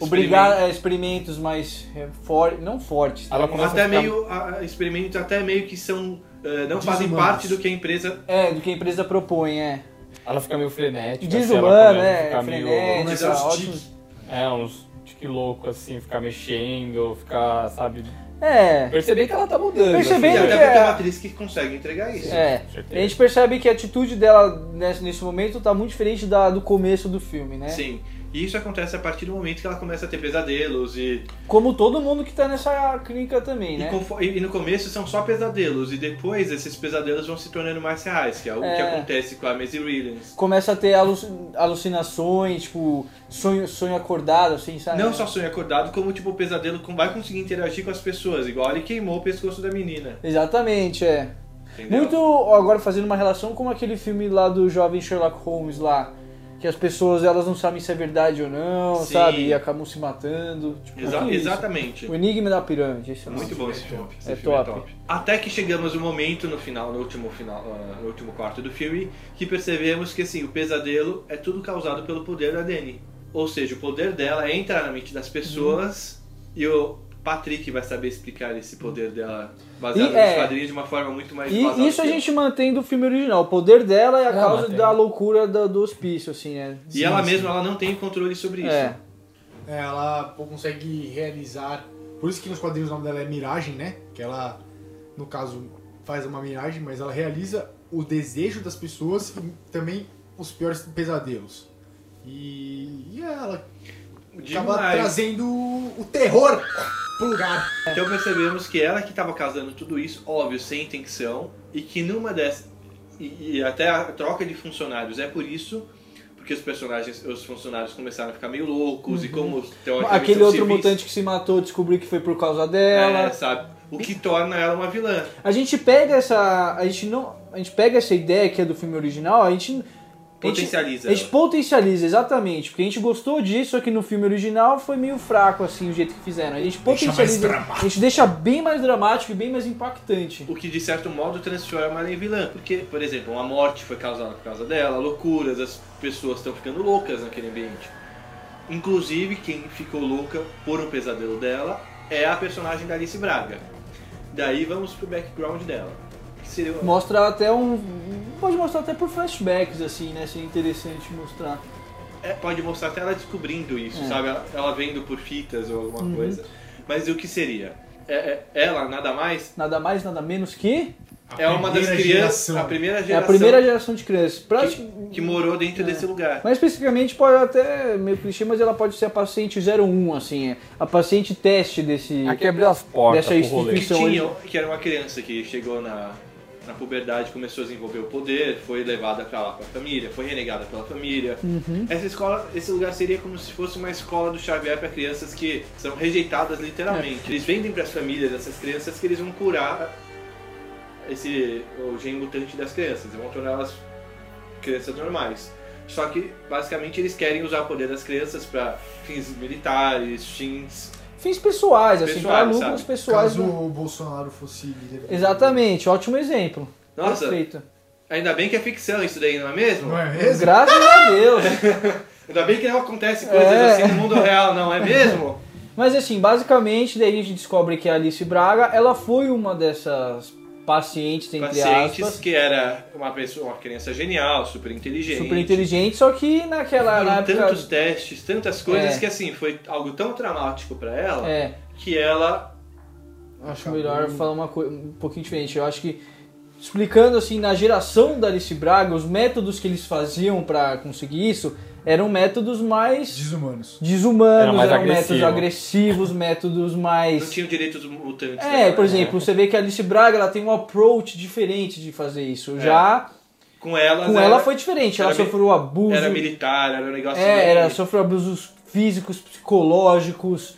[SPEAKER 3] Obrigar a experimentos mais é, for- não fortes. né?
[SPEAKER 2] Ela começa
[SPEAKER 7] até
[SPEAKER 2] a ficar-
[SPEAKER 7] meio a- experimentos até meio que são eh, não fazem
[SPEAKER 4] Desumanos.
[SPEAKER 7] parte do que a empresa
[SPEAKER 3] É, do que a empresa propõe, é.
[SPEAKER 2] Ela fica meio frenética.
[SPEAKER 3] Desumana,
[SPEAKER 2] assim, É, ela começa a
[SPEAKER 3] é,
[SPEAKER 2] ficar meio-
[SPEAKER 3] frenética,
[SPEAKER 4] Começa os
[SPEAKER 3] ótimos-
[SPEAKER 4] tiques.
[SPEAKER 2] É, uns tique louco, assim, ficar mexendo, ficar, sabe...
[SPEAKER 3] É.
[SPEAKER 2] Perceber que ela tá mudando.
[SPEAKER 3] Perceber
[SPEAKER 7] e
[SPEAKER 3] que
[SPEAKER 2] assim,
[SPEAKER 7] até
[SPEAKER 2] né?
[SPEAKER 7] porque é
[SPEAKER 3] é-
[SPEAKER 7] uma atriz que consegue entregar isso
[SPEAKER 3] É,
[SPEAKER 2] certeza.
[SPEAKER 3] a gente percebe que a atitude dela nesse, nesse momento tá muito diferente da do começo do filme, né?
[SPEAKER 7] sim e isso acontece a partir do momento que ela começa a ter pesadelos e
[SPEAKER 3] Como todo mundo que tá nessa clínica também,
[SPEAKER 7] e,
[SPEAKER 3] né?
[SPEAKER 7] confo- e- e no começo são só pesadelos e depois esses pesadelos vão se tornando mais reais que é algo
[SPEAKER 3] É.
[SPEAKER 7] que acontece com a Maisie Williams
[SPEAKER 3] Começa a ter alu- alucinações, tipo, sonho, sonho acordado, assim, sabe?
[SPEAKER 7] não só sonho acordado como tipo o pesadelo com- vai conseguir interagir com as pessoas igual ele queimou o pescoço da menina
[SPEAKER 3] Exatamente, é.
[SPEAKER 7] entendeu?
[SPEAKER 3] Muito agora fazendo uma relação com aquele filme lá do jovem Sherlock Holmes lá. Que as pessoas elas não sabem se é verdade ou não,
[SPEAKER 7] Sim.
[SPEAKER 3] sabe? E acabam se matando. Tipo,
[SPEAKER 7] Exa-
[SPEAKER 3] isso.
[SPEAKER 7] exatamente
[SPEAKER 3] O Enigma da Pirâmide, esse é o nome.
[SPEAKER 7] Muito bom esse filme. Esse
[SPEAKER 3] É
[SPEAKER 7] filme
[SPEAKER 3] top.
[SPEAKER 7] Até que chegamos no momento no final, no último final, ah, no último quarto do filme, que percebemos que assim, o pesadelo é tudo causado pelo poder da Dani. Ou seja, o poder dela é entrar na mente das pessoas
[SPEAKER 3] Uhum.
[SPEAKER 7] e o Patrick vai saber explicar esse poder dela baseado
[SPEAKER 3] E,
[SPEAKER 7] nos
[SPEAKER 3] é.
[SPEAKER 7] quadrinhos de uma forma muito mais vazada
[SPEAKER 3] E isso a
[SPEAKER 7] que eu.
[SPEAKER 3] gente mantém do filme original. O poder dela é a
[SPEAKER 2] Ela
[SPEAKER 3] causa
[SPEAKER 2] mantém.
[SPEAKER 3] da loucura da- do hospício, assim, né?
[SPEAKER 7] E ela mesma ela não tem controle sobre isso.
[SPEAKER 3] É.
[SPEAKER 4] É, ela consegue realizar. Por isso que nos quadrinhos o nome dela é Miragem, né? Que ela, no caso, faz uma miragem, mas ela realiza o desejo das pessoas e também os piores pesadelos. E, e ela acaba
[SPEAKER 7] Demais.
[SPEAKER 4] trazendo o terror pro lugar.
[SPEAKER 7] Então percebemos que ela que estava causando tudo isso, óbvio, sem intenção, e que numa dessas. E, e até a troca de funcionários é por isso, porque os personagens, os funcionários começaram a ficar meio loucos, e como teoricamente.
[SPEAKER 3] Uhum. Aquele
[SPEAKER 7] são
[SPEAKER 3] outro
[SPEAKER 7] civis,
[SPEAKER 3] mutante que se matou descobriu que foi por causa
[SPEAKER 7] É,
[SPEAKER 3] dela.
[SPEAKER 7] sabe? O que torna ela uma vilã.
[SPEAKER 3] A gente pega essa. A gente não. A gente pega essa ideia que é do filme original, a gente. a gente-
[SPEAKER 7] Potencializa.
[SPEAKER 3] A gente potencializa, exatamente. Porque a gente gostou disso, só que no filme original foi meio fraco, assim, o jeito que fizeram. A gente
[SPEAKER 4] Deixa mais
[SPEAKER 3] potencializa.
[SPEAKER 4] dramático.
[SPEAKER 3] a gente deixa bem mais dramático e bem mais impactante.
[SPEAKER 7] O que de certo modo transforma ela em vilã. Porque, por exemplo, uma morte foi causada por causa dela, loucuras, as pessoas estão ficando loucas naquele ambiente. Inclusive, quem ficou louca por um pesadelo dela é a personagem da Alice Braga. Daí vamos pro background dela. Que seria uma...
[SPEAKER 3] Mostra até um. Pode mostrar até por flashbacks, assim, né? Seria interessante mostrar.
[SPEAKER 7] É, pode mostrar até ela descobrindo isso,
[SPEAKER 3] É. Uhum.
[SPEAKER 7] sabe? Ela, ela vendo por fitas ou alguma coisa. Mas e o que seria? É- é- ela, nada mais,
[SPEAKER 3] Nada mais, nada menos que.
[SPEAKER 7] é uma das
[SPEAKER 4] primeira
[SPEAKER 7] crianças,
[SPEAKER 4] geração.
[SPEAKER 7] a primeira
[SPEAKER 3] É
[SPEAKER 7] geração
[SPEAKER 3] a primeira geração de crianças. Prati-
[SPEAKER 7] que, que morou dentro desse lugar.
[SPEAKER 3] É. Mas especificamente pode até meio clichê, mas ela pode ser a paciente 01, assim, é. a paciente teste desse.
[SPEAKER 2] Aqui abriu as portas
[SPEAKER 3] Deixa
[SPEAKER 2] pro
[SPEAKER 3] isso
[SPEAKER 2] rolê.
[SPEAKER 3] difícil. Então,
[SPEAKER 7] Tinha, que era uma criança que chegou na, na puberdade, começou a desenvolver o poder, foi levada pra lá pra família, foi renegada pela família. Essa escola, esse lugar seria como se fosse uma escola do Xavier pra crianças que são rejeitadas literalmente. Eles vendem pras famílias dessas crianças que eles vão curar esse o gene mutante das crianças, eles vão tornar elas crianças normais. Só que basicamente eles querem usar o poder das crianças pra fins militares, fins
[SPEAKER 3] Fins pessoais, assim,
[SPEAKER 7] Pessoais,
[SPEAKER 3] para lucros
[SPEAKER 7] sabe?
[SPEAKER 3] pessoais.
[SPEAKER 4] Caso
[SPEAKER 3] do-
[SPEAKER 4] o Bolsonaro fosse líder. do-
[SPEAKER 3] Exatamente, ótimo exemplo.
[SPEAKER 7] Nossa.
[SPEAKER 3] Perfeito.
[SPEAKER 7] Ainda bem que é ficção isso daí, não é mesmo?
[SPEAKER 4] Não é mesmo?
[SPEAKER 3] Graças a Deus.
[SPEAKER 7] Ainda bem que não acontece coisas
[SPEAKER 3] É.
[SPEAKER 7] assim no mundo real, não é mesmo?
[SPEAKER 3] Mas assim, basicamente, daí a gente descobre que a Alice Braga, ela foi uma dessas pacientes, entre
[SPEAKER 7] Pacientes
[SPEAKER 3] aspas.
[SPEAKER 7] que era uma pessoa, uma criança genial, super inteligente.
[SPEAKER 3] Super inteligente, só que naquela na
[SPEAKER 7] Foram
[SPEAKER 3] época.
[SPEAKER 7] tantos testes, tantas coisas
[SPEAKER 3] É.
[SPEAKER 7] que assim, foi algo tão traumático pra ela
[SPEAKER 3] É,
[SPEAKER 7] que ela
[SPEAKER 3] acho melhor falar uma coisa um pouquinho diferente. Eu acho que explicando assim na geração da Alice Braga, os métodos que eles faziam pra conseguir isso eram métodos mais
[SPEAKER 4] Desumanos.
[SPEAKER 3] desumanos,
[SPEAKER 2] Era mais
[SPEAKER 3] eram
[SPEAKER 2] agressivo.
[SPEAKER 3] métodos agressivos, métodos
[SPEAKER 7] não
[SPEAKER 3] mais
[SPEAKER 7] tinha direitos mutantes.
[SPEAKER 3] é,
[SPEAKER 7] dela,
[SPEAKER 3] por
[SPEAKER 7] né?
[SPEAKER 3] exemplo, você vê que a Alice Braga ela tem um approach diferente de fazer isso. Já
[SPEAKER 7] Com ela,
[SPEAKER 3] com
[SPEAKER 7] É. era-
[SPEAKER 3] ela foi diferente. Ela
[SPEAKER 7] era mi-
[SPEAKER 3] sofreu abuso.
[SPEAKER 7] Era militar, era um negócio.
[SPEAKER 3] É,
[SPEAKER 7] meio-
[SPEAKER 3] ela sofreu abusos físicos, psicológicos,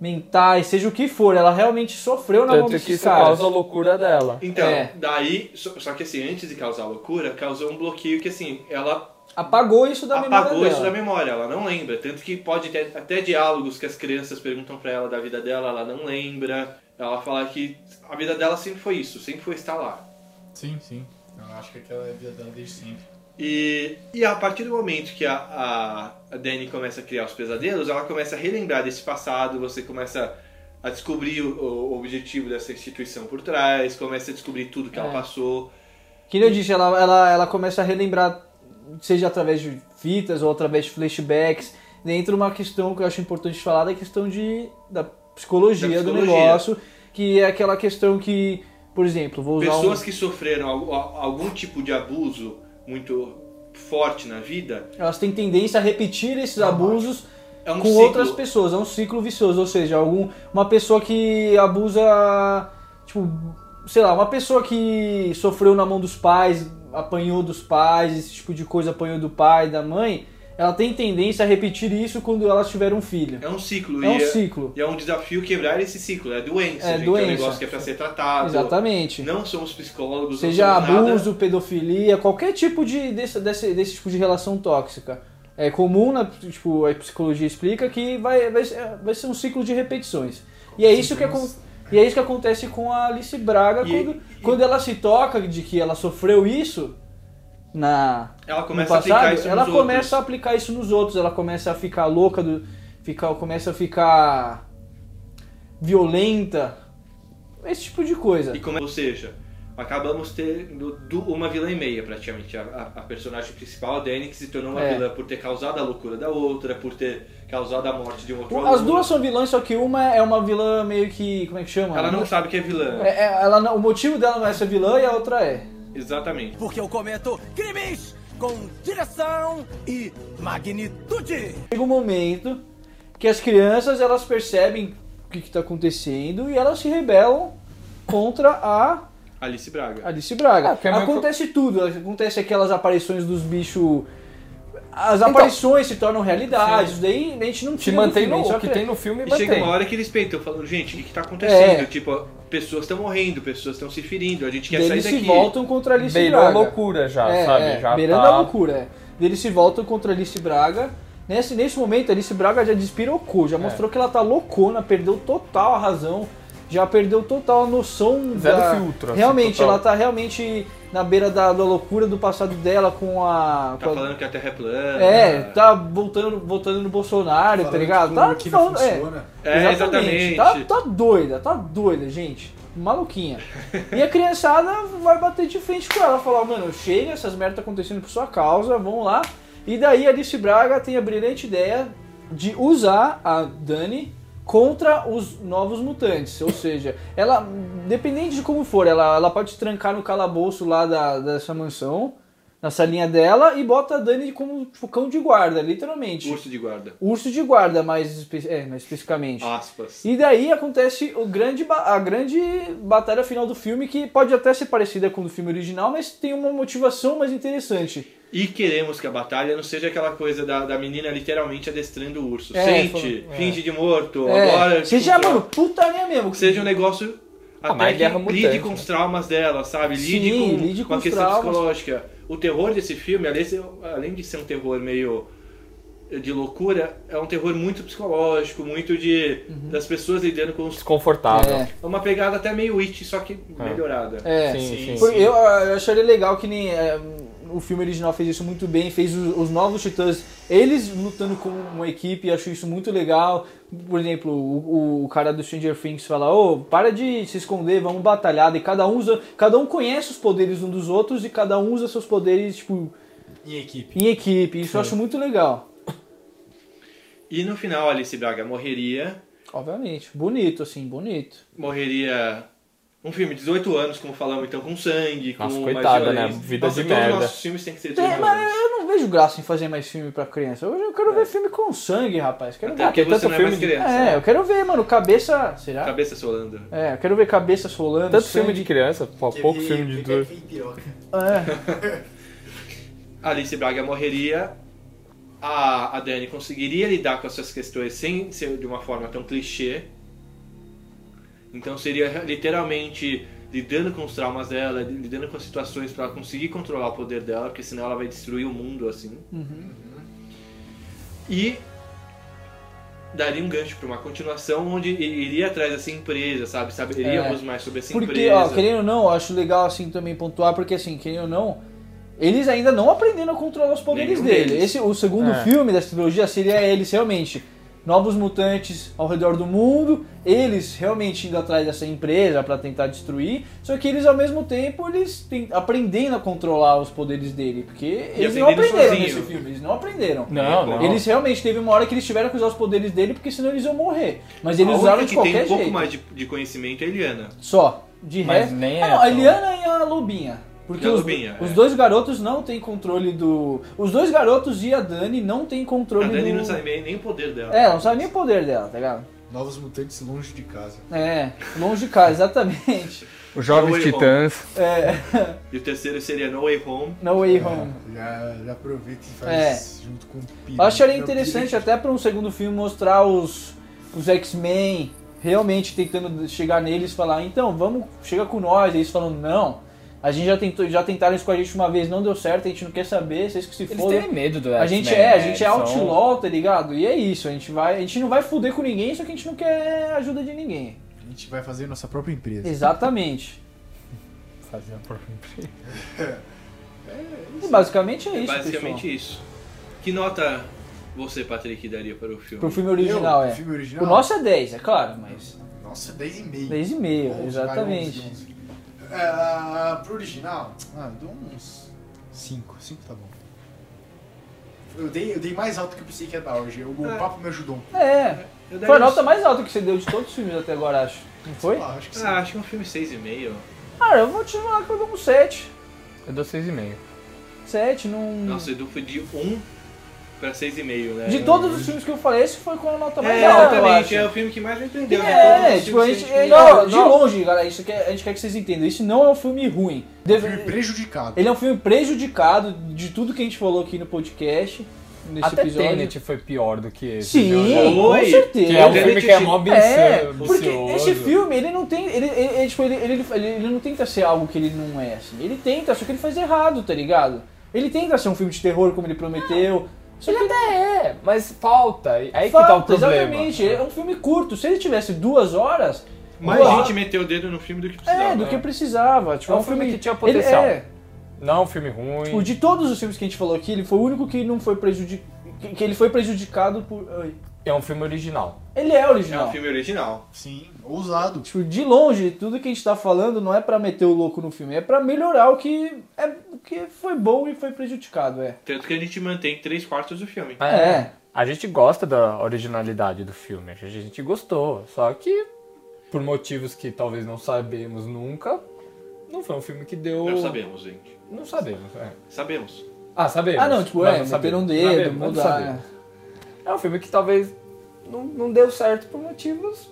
[SPEAKER 3] mentais, seja o que for. Ela realmente sofreu na mão
[SPEAKER 2] Tanto
[SPEAKER 3] desses
[SPEAKER 2] que isso
[SPEAKER 3] caras.
[SPEAKER 2] causa a
[SPEAKER 7] um
[SPEAKER 2] loucura dela.
[SPEAKER 7] Então,
[SPEAKER 3] É.
[SPEAKER 7] daí, só, só que assim, antes de causar loucura, causou um bloqueio que assim, ela
[SPEAKER 3] Apagou isso da
[SPEAKER 7] apagou
[SPEAKER 3] memória
[SPEAKER 7] isso da
[SPEAKER 3] dela.
[SPEAKER 7] memória, ela não lembra. Tanto que pode ter até diálogos que as crianças perguntam pra ela da vida dela, ela não lembra. Ela fala que a vida dela sempre foi isso, sempre foi estar lá.
[SPEAKER 4] Sim, sim. Eu acho que aquela é a vida dela desde sempre.
[SPEAKER 3] Tá
[SPEAKER 7] E, e a partir do momento que a, a, a Dani começa a criar os pesadelos, ela começa a relembrar desse passado, você começa a descobrir o, o objetivo dessa instituição por trás, começa a descobrir tudo que ela
[SPEAKER 3] É.
[SPEAKER 7] passou.
[SPEAKER 3] Que nem eu disse, ela, ela, ela começa a relembrar, seja através de fitas ou através de flashbacks. Dentro uma questão que eu acho importante falar da questão de, da, psicologia
[SPEAKER 7] Da
[SPEAKER 3] do
[SPEAKER 7] psicologia.
[SPEAKER 3] negócio, que é aquela questão que, por exemplo, vou usar um
[SPEAKER 7] Pessoas que sofreram al- al- algum tipo de abuso muito forte na vida,
[SPEAKER 3] um, elas têm tendência a repetir esses abusos
[SPEAKER 7] é um
[SPEAKER 3] com
[SPEAKER 7] ciclo.
[SPEAKER 3] outras pessoas. É um ciclo vicioso, ou seja, algum, uma pessoa que abusa, tipo, sei lá, uma pessoa que sofreu na mão dos pais, apanhou dos pais, esse tipo de coisa, apanhou do pai, da mãe, ela tem tendência a repetir isso quando elas tiver um filho.
[SPEAKER 7] É um ciclo.
[SPEAKER 3] É um
[SPEAKER 7] e
[SPEAKER 3] ciclo.
[SPEAKER 7] E é um desafio quebrar esse ciclo. É doença,
[SPEAKER 3] É
[SPEAKER 7] gente. É
[SPEAKER 3] doença.
[SPEAKER 7] um negócio que é pra ser tratado.
[SPEAKER 3] Exatamente.
[SPEAKER 7] Não somos psicólogos,
[SPEAKER 3] Seja
[SPEAKER 7] não somos
[SPEAKER 3] abuso, pedofilia, qualquer tipo de desse, desse, desse tipo de relação tóxica. É comum, na, tipo, a psicologia explica que vai, vai, ser- vai ser um ciclo de repetições. E é isso que acon- e é isso que acontece com a Alice Braga
[SPEAKER 7] E-
[SPEAKER 3] quando, quando ela se toca de que ela sofreu isso na
[SPEAKER 7] nada. Ela
[SPEAKER 3] no
[SPEAKER 7] começa a aplicar
[SPEAKER 3] passado,
[SPEAKER 7] isso
[SPEAKER 3] ela
[SPEAKER 7] nos
[SPEAKER 3] começa a
[SPEAKER 7] outros.
[SPEAKER 3] aplicar isso nos outros, ela começa a ficar louca do ficar, começa a ficar violenta, esse tipo de coisa.
[SPEAKER 7] E come- Ou seja, acabamos tendo du- uma vilã e meia, praticamente. A, a- a personagem principal, a Dani, que se tornou uma
[SPEAKER 3] É.
[SPEAKER 7] vilã por ter causado a loucura da outra, por ter causado a morte de um outro
[SPEAKER 3] As
[SPEAKER 7] aluno.
[SPEAKER 3] duas são vilãs, só que uma é uma vilã meio que. Como é que chama?
[SPEAKER 7] Ela não sabe que é vilã.
[SPEAKER 3] É, é, ela não- o motivo dela não é ser vilã e a outra é.
[SPEAKER 7] Exatamente.
[SPEAKER 5] Porque eu cometo crimes com direção e magnitude.
[SPEAKER 3] Chega um momento que as crianças elas percebem o que está acontecendo e elas se rebelam contra a
[SPEAKER 7] Alice Braga.
[SPEAKER 3] Alice Braga.
[SPEAKER 2] É, porque é meio
[SPEAKER 3] acontece tudo, acontece aquelas aparições dos bichos. As aparições se tornam realidade, isso daí a gente não
[SPEAKER 2] Te
[SPEAKER 3] tira do
[SPEAKER 2] Então, mantém
[SPEAKER 3] filme, a
[SPEAKER 2] no.
[SPEAKER 3] gente só
[SPEAKER 2] O que tem no filme
[SPEAKER 7] E chega
[SPEAKER 2] mantém.
[SPEAKER 7] uma hora que eles peitam, falando, gente, o que, que tá acontecendo?
[SPEAKER 3] É.
[SPEAKER 7] Tipo, pessoas estão morrendo, pessoas estão se ferindo, a gente quer
[SPEAKER 3] Eles
[SPEAKER 7] sair
[SPEAKER 3] se
[SPEAKER 7] daqui.
[SPEAKER 3] voltam contra a Alice
[SPEAKER 2] Beirou a
[SPEAKER 3] Braga.
[SPEAKER 2] loucura já, sabe? já
[SPEAKER 3] beirando
[SPEAKER 2] tá...
[SPEAKER 3] a loucura, é. Eles se voltam contra a Alice Braga. Nesse, nesse momento, a Alice Braga já despirocou,
[SPEAKER 2] É.
[SPEAKER 3] já mostrou que ela tá loucona, perdeu total a razão, já perdeu total a noção
[SPEAKER 2] Zero
[SPEAKER 3] da...
[SPEAKER 2] filtro, assim,
[SPEAKER 3] Realmente,
[SPEAKER 2] total.
[SPEAKER 3] ela tá realmente na beira da, da loucura do passado dela com a...
[SPEAKER 7] Tá
[SPEAKER 3] com a-
[SPEAKER 7] falando que a Terra é plana.
[SPEAKER 3] É, tá voltando, voltando no Bolsonaro, tá ligado? Tá
[SPEAKER 4] que não
[SPEAKER 3] falando... é.
[SPEAKER 4] funciona.
[SPEAKER 7] É, exatamente.
[SPEAKER 3] Tá, tá doida, tá doida, gente. Maluquinha. E a criançada vai bater de frente com ela, falar, mano, chega, essas merdas tá acontecendo por sua causa, vamos lá. E daí a Alice Braga tem a brilhante ideia de usar a Dani contra os novos mutantes. Ou seja, ela, dependente de como for, ela, ela pode trancar no calabouço lá da, dessa mansão, na salinha dela, e bota a Dani como tipo, cão de guarda, literalmente.
[SPEAKER 7] Urso de guarda.
[SPEAKER 3] Urso de guarda, mais, espe- é, mais especificamente.
[SPEAKER 7] Aspas.
[SPEAKER 3] E daí acontece o grande, ba- a grande batalha final do filme, que pode até ser parecida com o do filme original, mas tem uma motivação mais interessante.
[SPEAKER 7] E queremos que a batalha não seja aquela coisa da, da menina literalmente adestrando o urso.
[SPEAKER 3] É,
[SPEAKER 7] Sente,
[SPEAKER 2] foi- é.
[SPEAKER 7] finge de morto,
[SPEAKER 3] É,
[SPEAKER 7] agora.
[SPEAKER 3] seja,
[SPEAKER 7] tipo,
[SPEAKER 3] mano, putaria mesmo.
[SPEAKER 7] Que seja um negócio.
[SPEAKER 2] Ah, mas
[SPEAKER 7] Até que
[SPEAKER 2] guerra
[SPEAKER 7] lide
[SPEAKER 2] mutante,
[SPEAKER 7] com os
[SPEAKER 2] né?
[SPEAKER 7] traumas dela, sabe? Lide
[SPEAKER 3] Sim,
[SPEAKER 7] com,
[SPEAKER 3] lide
[SPEAKER 7] com
[SPEAKER 3] com
[SPEAKER 7] a
[SPEAKER 3] os
[SPEAKER 7] questão
[SPEAKER 3] traumas.
[SPEAKER 7] psicológica. O terror desse filme, além de, além de ser um terror meio de loucura, é um terror muito psicológico, muito de
[SPEAKER 2] Uhum.
[SPEAKER 7] das pessoas lidando com os.
[SPEAKER 2] Desconfortável.
[SPEAKER 3] É.
[SPEAKER 7] É uma pegada até meio it, só que
[SPEAKER 2] Ah.
[SPEAKER 7] melhorada.
[SPEAKER 3] É,
[SPEAKER 2] Sim, sim.
[SPEAKER 3] Foi- Eu, eu acharia legal que nem é, o filme original fez isso muito bem, fez os, os novos titãs, eles lutando como uma equipe, acho isso muito legal. Por exemplo, o, o cara do Stranger Things fala, ô, para de se esconder, vamos batalhar, e cada um usa. Cada um conhece os poderes um dos outros e cada um usa seus poderes, tipo,
[SPEAKER 4] Em equipe.
[SPEAKER 3] em equipe. Isso eu acho muito legal.
[SPEAKER 7] E no final, Alice Braga morreria.
[SPEAKER 3] Obviamente. Bonito, assim, bonito.
[SPEAKER 7] Morreria um filme de 18 anos, como falamos, então, com sangue, com
[SPEAKER 2] Nossa,
[SPEAKER 7] mais
[SPEAKER 2] coitada, né?
[SPEAKER 7] violência.
[SPEAKER 2] Vida
[SPEAKER 7] Nossa,
[SPEAKER 2] de
[SPEAKER 7] todos os
[SPEAKER 2] merda.
[SPEAKER 7] nossos filmes têm que ser 18
[SPEAKER 3] É,
[SPEAKER 7] anos.
[SPEAKER 3] mas eu não vejo graça em fazer mais filme pra criança. Hoje eu quero ver filme com sangue, rapaz. Quero
[SPEAKER 7] Até
[SPEAKER 3] ver.
[SPEAKER 7] porque
[SPEAKER 2] então tem
[SPEAKER 7] você
[SPEAKER 2] tanto
[SPEAKER 7] não é
[SPEAKER 2] filme
[SPEAKER 7] mais
[SPEAKER 2] de-
[SPEAKER 7] criança.
[SPEAKER 3] É, eu quero ver, mano, cabeça. Será?
[SPEAKER 7] Cabeça solando.
[SPEAKER 3] É, eu quero ver cabeças rolando.
[SPEAKER 2] Tanto
[SPEAKER 3] sangue.
[SPEAKER 2] filme de criança, pô, Um pouco filme de dor.
[SPEAKER 4] piroca.
[SPEAKER 3] É,
[SPEAKER 7] Alice Braga morreria, a, a Dani conseguiria lidar com essas questões sem ser de uma forma tão clichê. Então seria literalmente lidando com os traumas dela, lidando com as situações para conseguir controlar o poder dela, porque senão ela vai destruir o mundo assim.
[SPEAKER 3] Uhum.
[SPEAKER 7] E daria um gancho para uma continuação onde i- iria atrás dessa empresa, sabe? Saberíamos mais sobre essa
[SPEAKER 3] É. porque,
[SPEAKER 7] empresa.
[SPEAKER 3] ó, querendo ou não, eu acho legal assim também pontuar, porque assim, querendo ou não, eles ainda não aprenderam a controlar os poderes
[SPEAKER 7] Nenhum
[SPEAKER 3] dele.
[SPEAKER 7] deles.
[SPEAKER 3] Esse, o segundo
[SPEAKER 2] É.
[SPEAKER 3] filme dessa trilogia seria eles realmente. Novos mutantes ao redor do mundo, eles realmente indo atrás dessa empresa pra tentar destruir, só que eles ao mesmo tempo eles têm- aprendendo a controlar os poderes dele, porque eles não
[SPEAKER 7] aprendendo
[SPEAKER 3] aprenderam
[SPEAKER 7] sozinho.
[SPEAKER 3] nesse filme, eles não aprenderam.
[SPEAKER 2] Não, não.
[SPEAKER 3] Eles realmente teve uma hora que eles tiveram que usar os poderes dele, porque senão eles iam morrer. Mas eles
[SPEAKER 7] a única
[SPEAKER 3] usaram de
[SPEAKER 7] que
[SPEAKER 3] qualquer
[SPEAKER 7] tem um
[SPEAKER 3] jeito.
[SPEAKER 7] pouco mais de, de conhecimento é a Eliana.
[SPEAKER 3] Só. De
[SPEAKER 2] Mas
[SPEAKER 3] resto.
[SPEAKER 2] nem
[SPEAKER 3] Ah,
[SPEAKER 2] é
[SPEAKER 3] não, a
[SPEAKER 2] tão-
[SPEAKER 3] Eliana e a Lobinha. Porque
[SPEAKER 7] E a
[SPEAKER 3] os,
[SPEAKER 7] Lobinha,
[SPEAKER 3] os
[SPEAKER 7] é.
[SPEAKER 3] dois garotos não têm controle do. Os dois garotos e a Dani não têm
[SPEAKER 7] A
[SPEAKER 3] controle
[SPEAKER 7] Dani
[SPEAKER 3] do.
[SPEAKER 7] não sabe nem nem o poder dela.
[SPEAKER 3] É, ela não sabe nem o poder dela, tá ligado?
[SPEAKER 4] Novos mutantes longe de casa.
[SPEAKER 3] É, longe de casa, exatamente.
[SPEAKER 2] Os
[SPEAKER 7] Não,
[SPEAKER 2] Jovens
[SPEAKER 7] eu-
[SPEAKER 2] Titãs.
[SPEAKER 3] É,
[SPEAKER 7] E o terceiro seria No Way Home.
[SPEAKER 3] No Way Home.
[SPEAKER 7] É.
[SPEAKER 4] É, Já, já aproveita e faz junto com o Pino.
[SPEAKER 3] É. Eu acharia interessante até para um segundo filme mostrar os, os X-Men realmente tentando chegar neles e falar, então, vamos, chega com nós. E eles falando, não, a gente já tentou, já tentaram isso com a gente uma vez, não deu certo, a gente não quer saber, vocês que se
[SPEAKER 2] Eles
[SPEAKER 3] fodam.
[SPEAKER 2] têm medo do
[SPEAKER 3] A gente é, a gente é outlaw, tá ligado? E é isso, a gente vai, a gente não vai fuder com ninguém, só que a gente não quer ajuda de ninguém.
[SPEAKER 4] A gente vai fazer nossa própria empresa.
[SPEAKER 3] Exatamente. E basicamente é
[SPEAKER 7] É
[SPEAKER 3] isso,
[SPEAKER 7] basicamente
[SPEAKER 3] pessoal.
[SPEAKER 7] isso. Que nota você, Patrick, daria para o filme?
[SPEAKER 3] Pro filme original,
[SPEAKER 4] Eu,
[SPEAKER 3] é.
[SPEAKER 4] filme original?
[SPEAKER 3] O nosso é 10, é claro, mas
[SPEAKER 4] Nossa, 10,5.
[SPEAKER 3] 10,5,
[SPEAKER 4] 11, vai, 11,
[SPEAKER 3] exatamente.
[SPEAKER 4] 11. Ah, pro original, ah, eu dou uns 5. 5 tá bom. Eu dei, eu dei mais alto que eu pensei que ia dar hoje. O, o papo me ajudou um pouco.
[SPEAKER 3] É,
[SPEAKER 7] Eu daria
[SPEAKER 3] foi a
[SPEAKER 7] uns-
[SPEAKER 3] nota mais alta que você deu de todos os filmes até agora, acho. Não foi?
[SPEAKER 4] Ah, acho que sim.
[SPEAKER 7] Ah, acho que é um filme 6,5.
[SPEAKER 3] Ah, eu vou te falar que eu dou um 7.
[SPEAKER 2] Eu dou 6,5.
[SPEAKER 3] 7, não...
[SPEAKER 7] Nossa, o Edu foi de 1 para 6,5, né?
[SPEAKER 3] Hum. De todos os filmes que eu falei, esse foi com a nota mais
[SPEAKER 7] É,
[SPEAKER 3] alta, eu
[SPEAKER 7] exatamente.
[SPEAKER 3] acho.
[SPEAKER 7] É o filme que mais me entendeu.
[SPEAKER 3] É, tipo, a gente.
[SPEAKER 7] é,
[SPEAKER 3] não, de longe, galera, isso que é- a gente quer que vocês entendam. Isso não é um filme ruim. Deve-
[SPEAKER 4] Filme prejudicado.
[SPEAKER 3] Ele é um filme prejudicado de tudo que a gente falou aqui no podcast, nesse
[SPEAKER 2] Até
[SPEAKER 3] episódio.
[SPEAKER 2] Tenet foi pior do que esse.
[SPEAKER 3] Sim,
[SPEAKER 2] viu?
[SPEAKER 7] Oi,
[SPEAKER 3] com certeza.
[SPEAKER 2] Que é um
[SPEAKER 7] Tenet
[SPEAKER 2] filme que é mó
[SPEAKER 3] É,
[SPEAKER 2] ambicioso.
[SPEAKER 3] porque esse filme, ele não tem. Ele, ele- ele, tipo, ele, ele, ele- ele não tenta ser algo que ele não é, assim. Ele tenta, só que ele faz errado, tá ligado? Ele tenta ser um filme de terror, como ele prometeu. Só que
[SPEAKER 2] É, mas falta. Aí que tá o
[SPEAKER 3] falta,
[SPEAKER 2] problema.
[SPEAKER 3] exatamente. É um filme curto. Se ele tivesse duas horas,
[SPEAKER 7] Mais
[SPEAKER 3] Boa.
[SPEAKER 7] gente meteu o dedo no filme do que precisava.
[SPEAKER 3] é, do que
[SPEAKER 7] né?
[SPEAKER 3] precisava. Tipo,
[SPEAKER 2] É um filme que tinha potencial.
[SPEAKER 3] Ele, é,
[SPEAKER 2] Não é um filme ruim.
[SPEAKER 3] O de todos os filmes que a gente falou aqui, ele foi o único que não foi prejudicado. Que ele foi prejudicado por. ai.
[SPEAKER 2] É um filme original.
[SPEAKER 3] Ele é
[SPEAKER 7] É
[SPEAKER 3] original.
[SPEAKER 7] um filme original.
[SPEAKER 4] Sim, ousado.
[SPEAKER 3] Tipo, de longe, tudo que a gente tá falando não é pra meter o louco no filme, é pra melhorar o que, é, o que foi bom e foi prejudicado, é.
[SPEAKER 7] Tanto que a gente mantém 3 quartos do filme.
[SPEAKER 3] É.
[SPEAKER 2] Ah, A gente gosta da originalidade do filme, a gente gostou, só que por motivos que talvez não sabemos nunca, não foi um filme que deu.
[SPEAKER 7] Não sabemos, gente.
[SPEAKER 2] Não sabemos, é.
[SPEAKER 7] Sabemos.
[SPEAKER 2] Ah, sabemos.
[SPEAKER 3] Ah, não, tipo,
[SPEAKER 2] Mas
[SPEAKER 3] é,
[SPEAKER 2] não
[SPEAKER 3] meter
[SPEAKER 2] sabemos.
[SPEAKER 3] um
[SPEAKER 2] Sabemos,
[SPEAKER 3] dedo,
[SPEAKER 2] mas não
[SPEAKER 3] mudar.
[SPEAKER 2] sabemos. É um filme que talvez não, não deu certo por motivos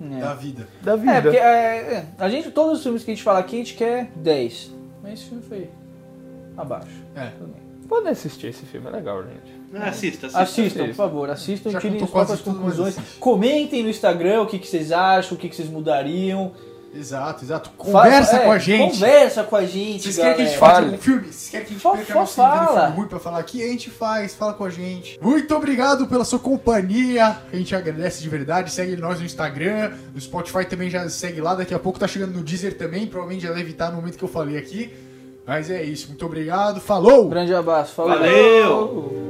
[SPEAKER 3] É.
[SPEAKER 4] Da vida.
[SPEAKER 8] Da
[SPEAKER 3] É, porque
[SPEAKER 8] vida.
[SPEAKER 3] é, é, a gente, todos os filmes que a gente fala aqui, a gente quer 10. Mas esse filme foi abaixo.
[SPEAKER 4] É.
[SPEAKER 8] Podem assistir esse filme, é legal, gente.
[SPEAKER 3] Uhum.
[SPEAKER 7] Ah, assista, assista.
[SPEAKER 3] Assistam,
[SPEAKER 8] isso.
[SPEAKER 3] por favor, assistam,
[SPEAKER 4] Já
[SPEAKER 3] tirem
[SPEAKER 4] contou
[SPEAKER 3] as próprias
[SPEAKER 4] quase tudo, mas
[SPEAKER 3] conclusões.
[SPEAKER 4] assiste.
[SPEAKER 3] Comentem no Instagram o que, que vocês acham, o que, que vocês mudariam.
[SPEAKER 4] Exato, exato. Conversa
[SPEAKER 3] Fa- é,
[SPEAKER 4] com a gente.
[SPEAKER 3] Conversa com a gente,
[SPEAKER 4] Vocês querem
[SPEAKER 3] galera.
[SPEAKER 4] que a gente
[SPEAKER 8] Fala.
[SPEAKER 4] faça um filme? Vocês querem que a gente
[SPEAKER 3] Fa-
[SPEAKER 4] perca
[SPEAKER 3] fa-
[SPEAKER 4] nosso tempo vendo
[SPEAKER 3] fala.
[SPEAKER 4] filme ruim pra falar aqui? A gente faz, fala com a gente. Muito obrigado pela sua companhia. A gente agradece de verdade. Segue nós no Instagram, no Spotify também já segue lá. Daqui a pouco tá chegando no Deezer também. Provavelmente já deve estar no momento que eu falei aqui. Mas é isso. Muito obrigado. Falou!
[SPEAKER 3] Um grande abraço, falou.
[SPEAKER 7] Valeu!